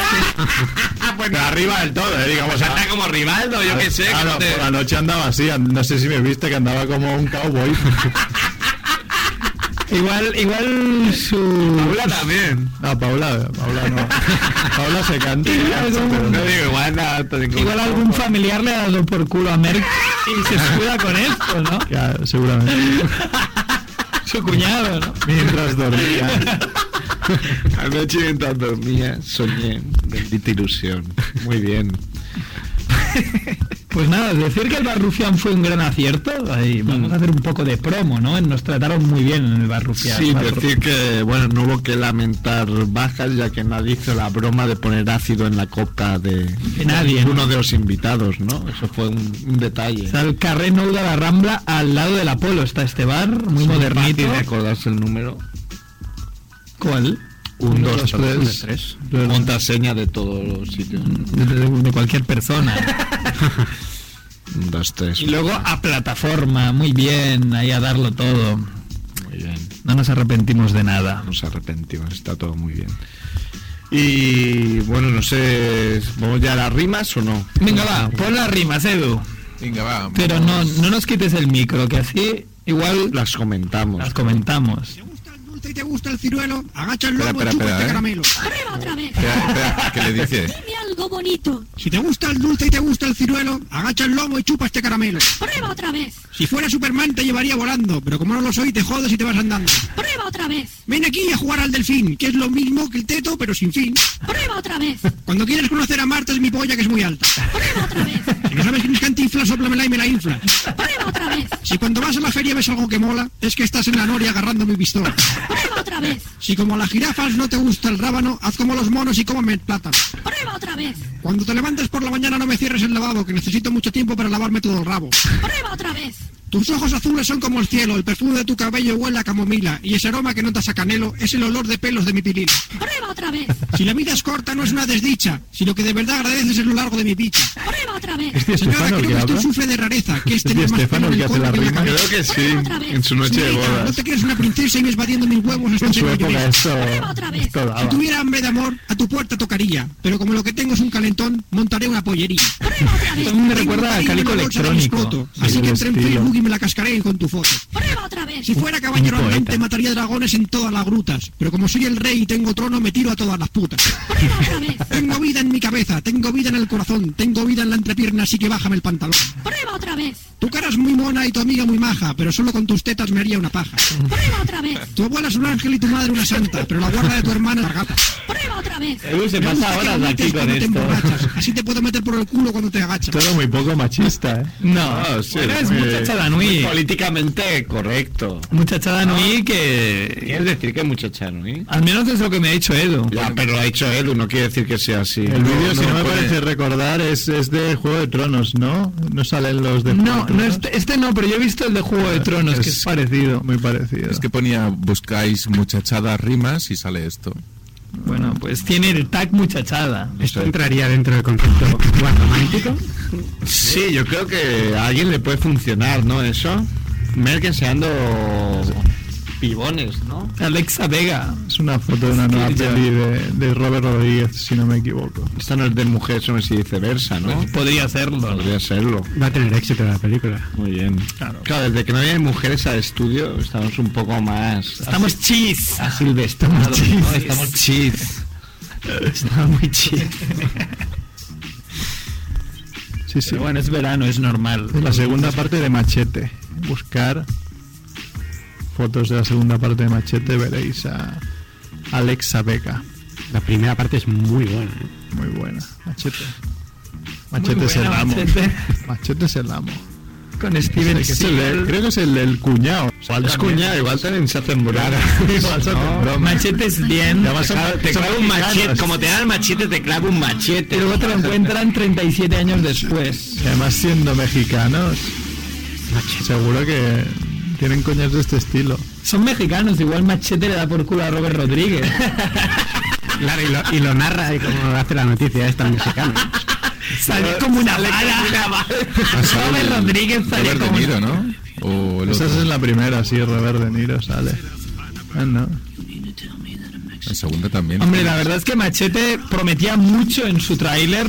F: Pero arriba del todo, ¿eh? digamos.
H: Anda como Rivaldo, yo qué sé. que
F: Claro,
H: Ah. no te-
F: Ah, por la noche andaba así, and- no sé si me viste que andaba como un cowboy.
B: Igual, igual su.
H: Paula también.
F: No, Ah, Paula, Paula no. Paula se canta. pero no.
H: No digo igual nada. te digo-
B: Igual algún familiar le ha dado por culo a Merck y se escuda con esto, ¿no?
F: Ya, seguramente.
B: Su cuñado, ¿no?
F: Mientras dormía.
H: Anoche mientras dormía, soñé. Bendita ilusión. Muy bien.
B: Pues nada, decir que el Barrufián fue un gran acierto, ahí vamos a hacer un poco de promo, ¿no? Nos trataron muy bien en el Barrufián.
H: Sí,
B: Barru-
H: decir que, bueno, no hubo que lamentar bajas, ya que nadie hizo la broma de poner ácido en la copa de
B: Que nadie, ¿no?
H: uno de los invitados, ¿no? Eso fue un, un detalle.
B: Está el Carré Nou de la Rambla, al lado del Apolo está este bar, muy modernito.
H: Fácil de acordarse el número.
B: ¿Cuál?
H: Un, dos, tres.
B: tres.
H: Contraseña de todos los sitios.
B: De, de- de cualquier persona.
H: Un, dos, tres.
B: y luego a plataforma, muy bien, ahí a darlo todo.
H: Muy bien.
B: No nos arrepentimos de nada.
H: Nos arrepentimos, está todo muy bien. Y bueno, no sé, ¿vamos ya a las rimas o no?
B: Venga, va, pon las rimas, Edu.
D: Venga, va.
B: Pero no,
D: vamos.
B: no nos quites el micro, que así igual
H: Las comentamos.
B: las comentamos.
G: ¿Te gusta el dulce y te gusta el ciruelo? Agacha el
D: Espera,
G: lomo,
D: espera,
G: chupa
D: espera,
G: este
D: ¿eh?
G: caramelo.
E: Prueba otra vez.
D: Espera, espera, ¿qué le dice?
E: Dime algo bonito.
G: Si te gusta el dulce y te gusta el ciruelo, agacha el lomo y chupa este caramelo.
E: Prueba otra vez.
G: Si fuera Superman te llevaría volando, pero como no lo soy te jodes y te vas andando.
E: Prueba otra vez.
G: Ven aquí a jugar al delfín, que es lo mismo que el teto, pero sin fin.
E: Prueba otra vez.
G: Cuando quieres conocer a Marta es mi polla que es muy alta.
E: Prueba otra vez.
G: Si no sabes quién es cantinfla, sóplamela y me la infla.
E: Prueba otra vez.
G: Si cuando vas a la feria ves algo que mola, es que estás en la noria agarrando mi pistola.
E: Prueba otra vez.
G: Si como a las jirafas no te gusta el rábano, haz como los monos y cómeme el plátano.
E: Prueba otra vez.
G: Cuando te levantes por la mañana no me cierres el lavabo, que necesito mucho tiempo para lavarme todo el rabo.
E: Prueba otra vez.
I: Tus ojos azules son como el cielo, el perfume de tu cabello huele a camomila y ese aroma que notas a canelo es el olor de pelos de mi pilina.
E: Prueba otra vez.
I: Si la vida es corta no es una desdicha, sino que de verdad agradeces es lo largo de mi picha.
E: Prueba otra vez.
F: Este
I: Señora,
F: Estefano el que
I: creo que usted
F: habla.
I: sufre de rareza, que es
F: Este
I: tener más
F: Estefano el
I: pelo
F: que hace
I: en
F: la
I: cuerpo que en
F: rima.
H: Creo que sí, en su noche de
I: Señorita, No
H: bodas.
I: te crees una princesa y ves batiendo mis huevos hasta
F: En su
I: hacerme
F: época
I: llorar.
F: esto,
E: Prueba otra vez.
F: esto
I: Si
F: daba.
I: tuviera hambre de amor, a tu puerta tocaría, pero como lo que tengo es un calentón, montaré una pollería.
E: Prueba otra vez.
B: Me
I: Tengo
B: recuerda a
I: cariño en
B: Calico
I: la bolsa de mis
B: Electrónico.
I: fotos, Así
F: el
I: que entré en
F: estilo.
I: Facebook y me la cascaré con tu foto.
E: Prueba otra vez.
I: Si fuera caballero
B: un poeta.
I: andante mataría dragones en todas las grutas, pero como soy el rey y tengo trono me tiro a todas las putas.
E: Prueba otra vez.
I: Tengo vida en mi cabeza, tengo vida en el corazón, tengo vida en la entrepierna, así que bájame el pantalón.
E: Prueba otra vez.
I: Tu cara es muy mona y tu amiga muy maja, pero solo con tus tetas me haría una paja.
E: Prueba otra vez.
I: Tu abuela es un ángel y tu madre una santa, pero la guarda de tu hermana es la gata.
E: Prueba otra vez.
A: Edu se
I: Me gusta
A: pasa
I: que
A: horas
I: vomites
A: aquí con
I: cuando te
A: esto.
I: emborrachas, Así te puedo meter por el culo cuando te agachas.
F: Todo muy poco machista, ¿eh?
B: No,
H: Ah, sí,
B: Bueno, es
H: muy- Ah.
B: muchachada Nui.
A: Políticamente correcto.
B: Muchachada Nui que.
A: ¿Quieres decir que muchacha, no? eh?
B: Al menos es lo que me ha dicho Edu.
H: Ya, pero lo ha dicho Edu, no quiere decir que sea así.
F: El vídeo,
H: No,
F: si no
H: no
F: me
H: pone-
F: parece recordar, es, es de Juego de Tronos, ¿no? No salen los de Juego
B: No,
F: de
B: no
F: Tronos.
B: este, este no, pero yo he visto el de Juego de Tronos, que es
F: Es-
B: parecido.
F: Muy parecido.
D: Es que ponía buscáis muchachadas rimas y sale esto.
B: Bueno, pues tiene el tag muchachada.
C: ¿Esto entraría dentro del concepto guardamántico?
H: Sí, yo creo que a alguien le puede funcionar, ¿no? Eso.
A: Merck enseñando pibones, ¿no?
B: Alexa Vega.
F: Es una foto de una nueva peli de, de Robert Rodríguez, si no me equivoco.
H: Esta no es de mujer, sino si viceversa,
A: Pues
H: ¿no?
B: Podría serlo.
H: Podría serlo.
C: Va a tener éxito la película.
H: Muy bien. Claro. desde que no había mujeres al estudio, estamos un poco más
B: Estamos chis.
H: asilvestrados, ¿no? Estamos chis.
B: Está muy chis.
F: Sí, sí.
B: Pero bueno, es verano, es normal.
F: La segunda parte de Machete. Buscar fotos de la segunda parte de Machete, veréis a Alexa Beca.
C: La primera parte es muy buena. ¿eh?
F: Muy buena. Machete.
B: Muy
F: Machete es el
B: buena,
F: amo.
B: Machete.
F: Machete es el amo.
B: Con Steven
F: Es el que es el de-
B: Seagal.
F: creo que es el, del cuñado.
H: Es cuñado, igual también se hacen burradas.
F: Igual son de broma.
B: Machete es bien.
F: Además son-
A: Te
F: son
A: clavo un
F: mexicanos.
A: machete, como te dan el machete, te clavo un
B: Y
A: machete.
B: luego te lo encuentran 37 años después.
F: Y además siendo mexicanos, seguro que tienen coñas de este estilo.
B: Son mexicanos, igual Machete le da por culo a Robert Rodríguez.
C: Claro, y lo, y lo narra y como hace la noticia esta mexicana.
B: Sale como una bala. Ah, Robert Rodríguez sale
D: Ah, Robert De
B: como
D: Niro,
B: una...
D: ¿no? O el
F: Esa
D: otro,
F: es la primera, sí, Robert De Niro sale. Ah, no.
D: el segundo también.
B: Hombre, la verdad es que Machete prometía mucho en su tráiler.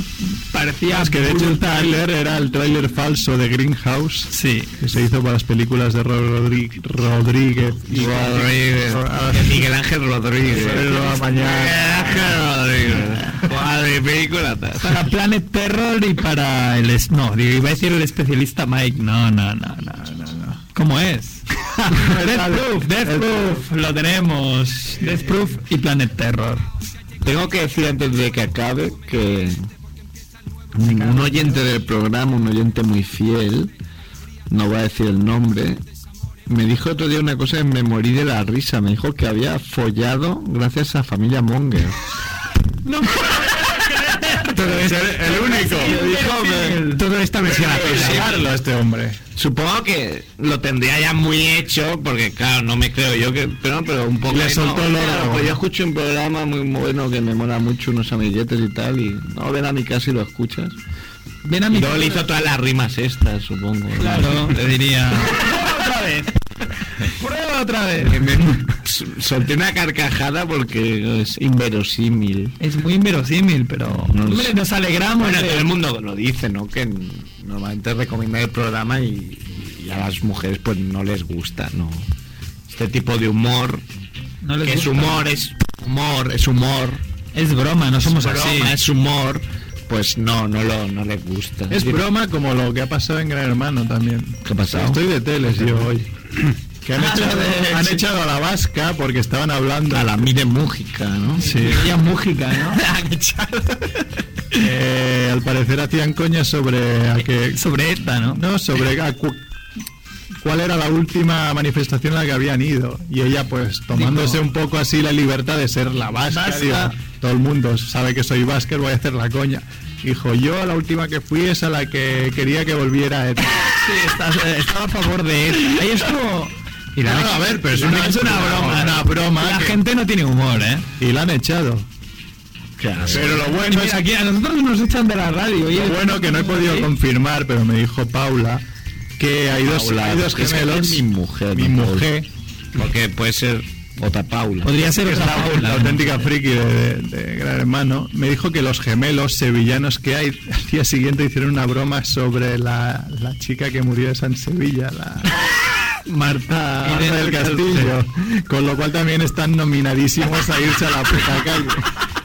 B: Parecía
F: Es que de hecho el tráiler era el tráiler falso de Greenhouse
B: Sí.
F: que se hizo para las películas de Robert Rodríguez. Rodríguez. Y-
H: Rodríguez.
F: Robert
H: Miguel Ángel Rodríguez. Miguel
F: Rodríguez Mañana.
H: Ángel Rodríguez. Madre película.
B: Para Planet Terror y para el... es- No, digo, iba a decir el especialista Mike. No, no, no, no, no. no. ¿Cómo es? Death Proof, Death Proof, lo tenemos. Death Proof y Planet Terror.
H: Tengo que decir antes de que acabe que ningún oyente del programa, un oyente muy fiel, no voy a decir el nombre, me dijo otro día una cosa que me morí de la risa. Me dijo que había follado gracias a familia Monger.
F: Todo esto, el único.
C: Todo esto me suena a pena.
F: a este hombre.
A: Supongo que lo tendría ya muy hecho, porque claro, no me creo yo que. Pero, pero un poco.
F: Le
A: no,
F: soltó el
A: claro,
F: órgano.
A: pues yo escucho un programa muy bueno que me mola mucho, unos amiguetes y tal, y no ven a mi casa y lo escuchas.
B: Ven a
A: Y
B: mi...
A: luego le hizo todas las rimas estas, supongo. ¿no?
B: Claro, le diría... Prueba otra vez. Prueba otra vez.
A: S- Solté una carcajada porque es inverosímil.
B: Es muy inverosímil, pero...
A: No lo
B: Hombre,
A: sé.
B: nos alegramos.
A: Bueno,
B: de-
A: todo el mundo lo dice, ¿no? Que n- normalmente recomienda el programa y, y a las mujeres pues no les gusta, ¿no? Este tipo de humor,
B: no les
A: que es
B: gusta.
A: humor, es humor, es humor,
B: Es broma, no somos
A: es
B: así.
A: broma, es humor, pues no, no, lo, no les gusta.
F: Es
A: Y-
F: broma como lo que ha pasado en Gran Hermano también.
A: ¿Qué ha pasado?
F: Estoy de teles yo hoy. Que han,
B: Ah,
F: echado,
B: lo de-
F: han echado a la vasca porque estaban hablando.
A: A la Mire Mújica, ¿no?
F: Sí.
B: Ella es música, ¿no?
F: Eh, al parecer hacían coña sobre a que
B: Sobre esta, ¿no?
F: no sobre a cu- cuál era la última manifestación a la que habían ido y ella pues tomándose
B: Dijo,
F: un poco así la libertad de ser la vasca,
B: "Vasca".
F: digo, todo el mundo sabe que soy vasca voy a hacer la coña Dijo, yo a la última que fui es a la que quería que volviera ETA.
B: Sí, estás, eh, estaba a favor de él. Ahí es como.
F: Y la han echado.
B: es una, es una broma. ¿eh?
F: Una broma
B: La
F: que-
B: gente no tiene humor, ¿eh?
F: Y la han echado. Pero lo bueno
B: Mira,
F: es
B: aquí a nosotros nos echan de la radio. Y
F: lo bueno que no he podido confirmar, pero me dijo Paula que hay dos,
A: Paula,
F: hay dos
A: es que
F: gemelos.
A: es mi mujer,
F: Mi
A: no
F: mujer,
A: Porque puede ser otra Paula.
B: Podría ser
F: que es
B: otra
F: la,
B: Paula,
F: la
B: ¿no?
F: auténtica friki de, de- de Gran Hermano, me dijo que los gemelos sevillanos que hay al día siguiente hicieron una broma sobre la, la chica que murió de San Sevilla, la Marta, Marta del Castillo. Con lo cual también están nominadísimos a irse a la puta calle.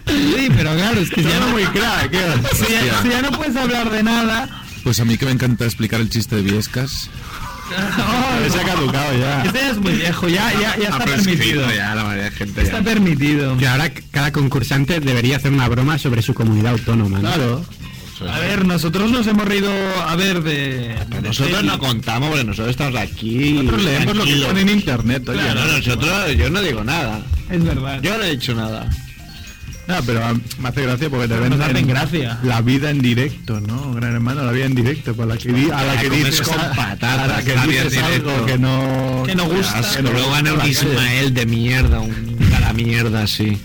B: Sí, pero claro, es que ya
F: Ya
B: no,
F: muy crack, ¿eh?
B: si ya- si ya no puedes hablar de nada.
D: Pues a mí que me encanta explicar el chiste de Viescas.
B: Oh,
F: Se ha caducado ya.
B: este ya es muy viejo, ya, ya,
A: Ah,
B: ya está
A: pues
B: permitido.
A: ya, la mayoría de gente
B: Está permitido.
C: Y ahora c- cada concursante debería hacer una broma sobre su comunidad autónoma. ¿no?
F: Claro.
B: A ver, nosotros nos hemos reído, a ver, de...
A: Pero
B: de
A: nosotros
B: serie.
A: no contamos porque nosotros estamos aquí.
F: Nosotros leemos lo que
A: tranquilos.
F: pone en internet, oye.
A: Claro, nosotros, yo no digo nada.
B: Es verdad.
A: Yo no he dicho nada.
F: No, pero ah, me hace gracia porque te
B: nos hacen
F: venden
B: gracia.
F: la vida en directo, ¿no? Gran hermano, la vida en directo, para la que, di- a la
A: La
F: que
A: comes
F: dices,
A: con
F: a-
A: patatas,
F: a la que
A: la vida en
F: dices algo
A: directo.
F: que no,
B: Que no gusta.
F: que no
A: Luego gana
F: gusta
A: un
F: la calle.
A: Ismael de mierda, un cara mierda así.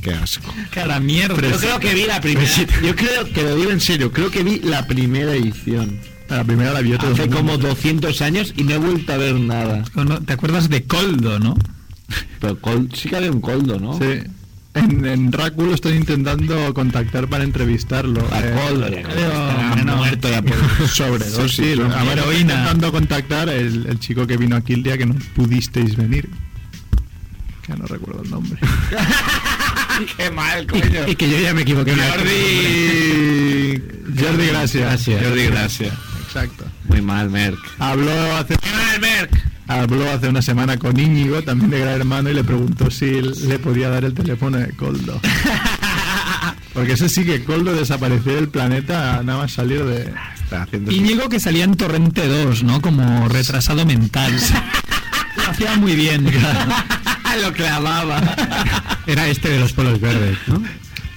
A: Qué asco.
B: Cara mierda.
A: Yo creo que vi la primera. Yo creo que lo digo en serio. Creo que vi la primera edición.
F: La primera la vio todo el
A: Hace
F: mundo.
A: como 200 años y no he vuelto a ver nada.
B: Cono- ¿Te acuerdas de Coldo, no?
A: Pero col- sí que había un coldo, ¿no?
F: Sí. En, en Ráculo estoy intentando contactar para entrevistarlo.
A: A
F: eh,
A: coldo.
B: Pero,
A: no.
B: no.
A: muerto ya por
F: Sí,
A: sobredosis.
F: sí,
A: ¿no?
F: a ver, estoy
B: Heroína.
F: intentando contactar el, el chico que vino aquí el día que no pudisteis venir. Que no recuerdo el nombre.
A: Qué mal,
C: Y, y que yo ya me equivoqué una vez.
F: Jordi. Jordi, gracias.
A: Jordi, gracias.
F: Exacto.
A: Muy mal, Merck.
F: Habló hace, habló hace una semana con Íñigo, también de Gran Hermano, y le preguntó si le podía dar el teléfono de Coldo. Porque eso sí que Coldo desapareció del planeta nada más salir de...
A: Está haciendo
B: Íñigo que salía en Torrente 2, ¿no? Como retrasado mental. Lo hacía muy bien. Lo clavaba.
C: Era este de los polos verdes, ¿no?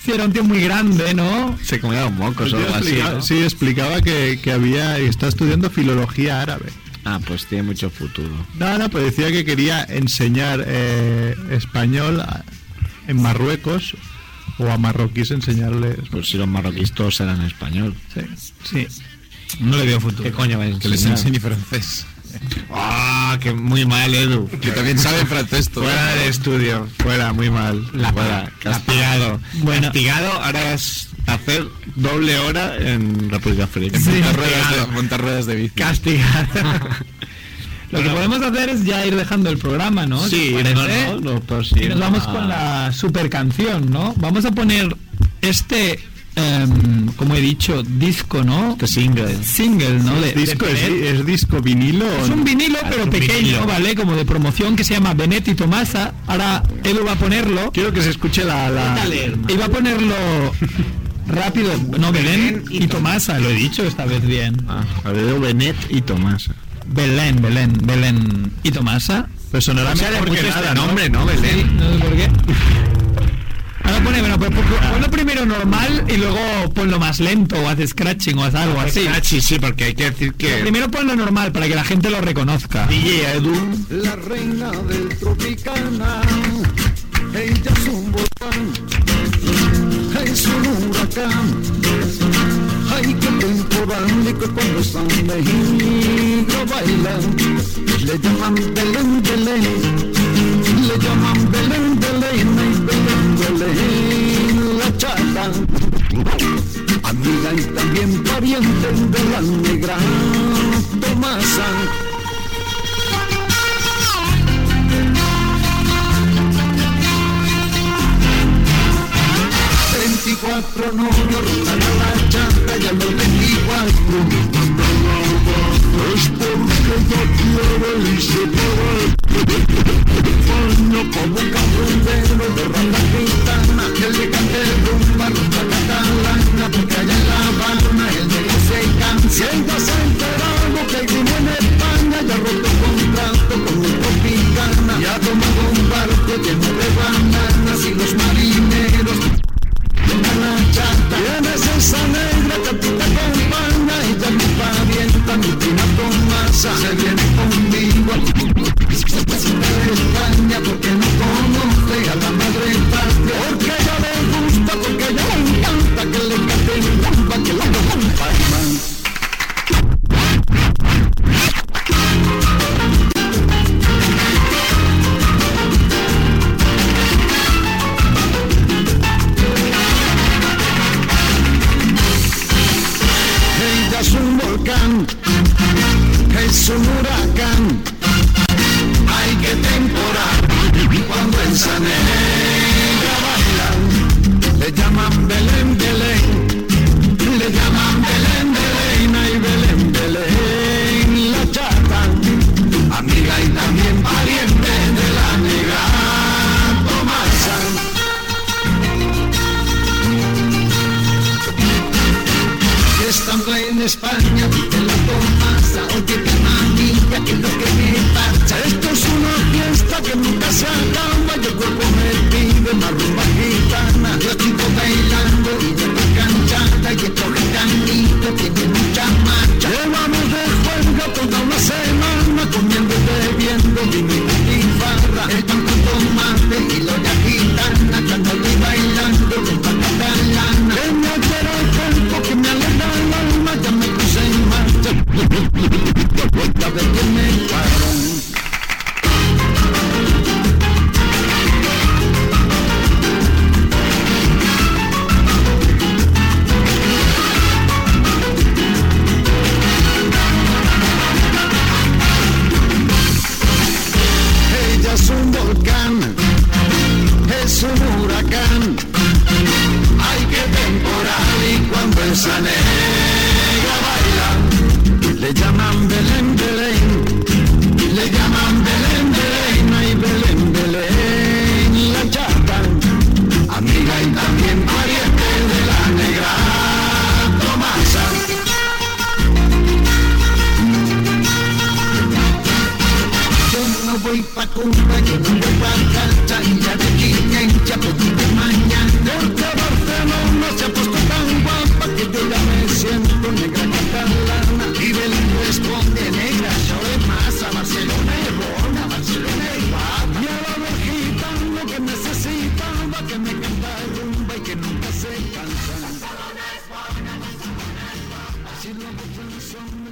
B: Sí, era un tío muy grande, ¿no?
A: Se comía los mocos
B: Pues
F: El
A: o
F: tío
A: algo así.
F: explica-
A: ¿no?
F: Sí, explicaba que, que había... Está estudiando filología árabe.
A: Ah, pues tiene mucho futuro.
F: No, no, pues decía que quería enseñar eh, español a- en Marruecos o a marroquíes enseñarles...
A: Pues si los marroquíes todos eran español.
F: Sí.
B: No le veo futuro.
A: ¿Qué coño vais a
D: Que les
A: enseñar?
D: enseñe francés.
A: Ah, que muy mal, Edu.
D: Que también sabe francés todo.
A: Fuera del estudio, fuera, muy mal. fuera, castigado.
B: Bueno.
A: Castigado, ahora es hacer doble hora en República Feliz.
D: Montar ruedas de- montar ruedas de bici.
B: Castigado. Lo que podemos hacer es ya ir dejando el programa, ¿no?
A: Sí,
B: ¿Te
A: no,
B: parece?
A: no, no, pero sí,
B: Y nos vamos
A: ah.
B: con la super canción, ¿no? Vamos a poner este, em, como he dicho, disco, ¿no?
A: Este single.
B: Single, ¿no? De- de
F: Disco, es,
B: Peret.
F: di- es disco vinilo? o
B: Es
F: no?
B: un vinilo, pero
A: un
B: pequeño,
A: vinilo.
B: ¿vale? Como de promoción que se llama Benetti Tomasa. Ahora Edu va a ponerlo.
F: Quiero que se escuche la... la-
B: Y va a ponerlo rápido. No, Belén y Tomasa, lo he dicho esta vez bien.
A: Ah, Alfredo Benet y Tomás.
B: Belén, Belén, Belén y Tomasa.
F: Pues sonará mejor que nada, ¿no?
A: ¿no?
B: este, Sí, no sé por qué. Ahora pone, bueno, pues, pues,
A: Ah.
B: ponlo primero normal y luego ponlo más lento o haz scratching o haz algo así.
A: Ah, sí, sí, porque hay que decir que.
B: Primero ponlo normal para que la gente lo reconozca.
A: DJ Edu.
J: La reina del Tropicana, ella es un volcán, es un huracán. Ay, qué temporánico cuando San México baila. Le llaman Belén, Belén, le llaman Belén, Belén, ay, Belén, Belén, la chata. Amiga y también pariente de la negra Tomasa. Tienes esa
I: pasaje viene conmigo. De España porque no conoce a la madre patria. Porque a ella le gusta, porque a ella le encanta que le canten bomba, que la rompa hermano. Ella es un volcán, es un huracán. Ay, qué temporada cuando en Sanega bailan. Le llaman Belén, Belén, le llaman Belén, Belén, ay, Belén, Belén, la chata. Amiga y también pariente de la negra Tomasa. estando en España, te la tomasa, oye que mamilla, que es lo que me pasa. Esto es una fiesta que nunca se acaba, yo cuerpo me pide más rumba gitana. Yo estoy bailando y yo estoy canchada, y estos gitanitos tienen mucha marcha. Llevamos de juerga toda una semana, comiendo y bebiendo, vino y butifarra. El pan con tomate y lo de gitana, cantando y bailando, rumba catalana. Que me altera el cuerpo, que me alegra el alma, ya me puse en marcha. Ya ve que me paran. Ella es un volcán, es un huracán. Hay que temporal y cuando esa negra baila, le llaman Belén Belén, le llaman Belén Belén, ay Belén Belén, la chata, amiga y también pariente de la negra Tomasa. Yo no voy pa' Cuba, yo no voy pa' cancha Y ya de aquí en Chapo de mañana Porque Barcelona se ha puesto tan guapa Que yo ya me siento negra catalana Y Belén responde negra, yo de más a Barcelona es buena, Barcelona es guapa Y a la verjita lo que necesitaba Que me canta rumba y que nunca se cansa Así lo que son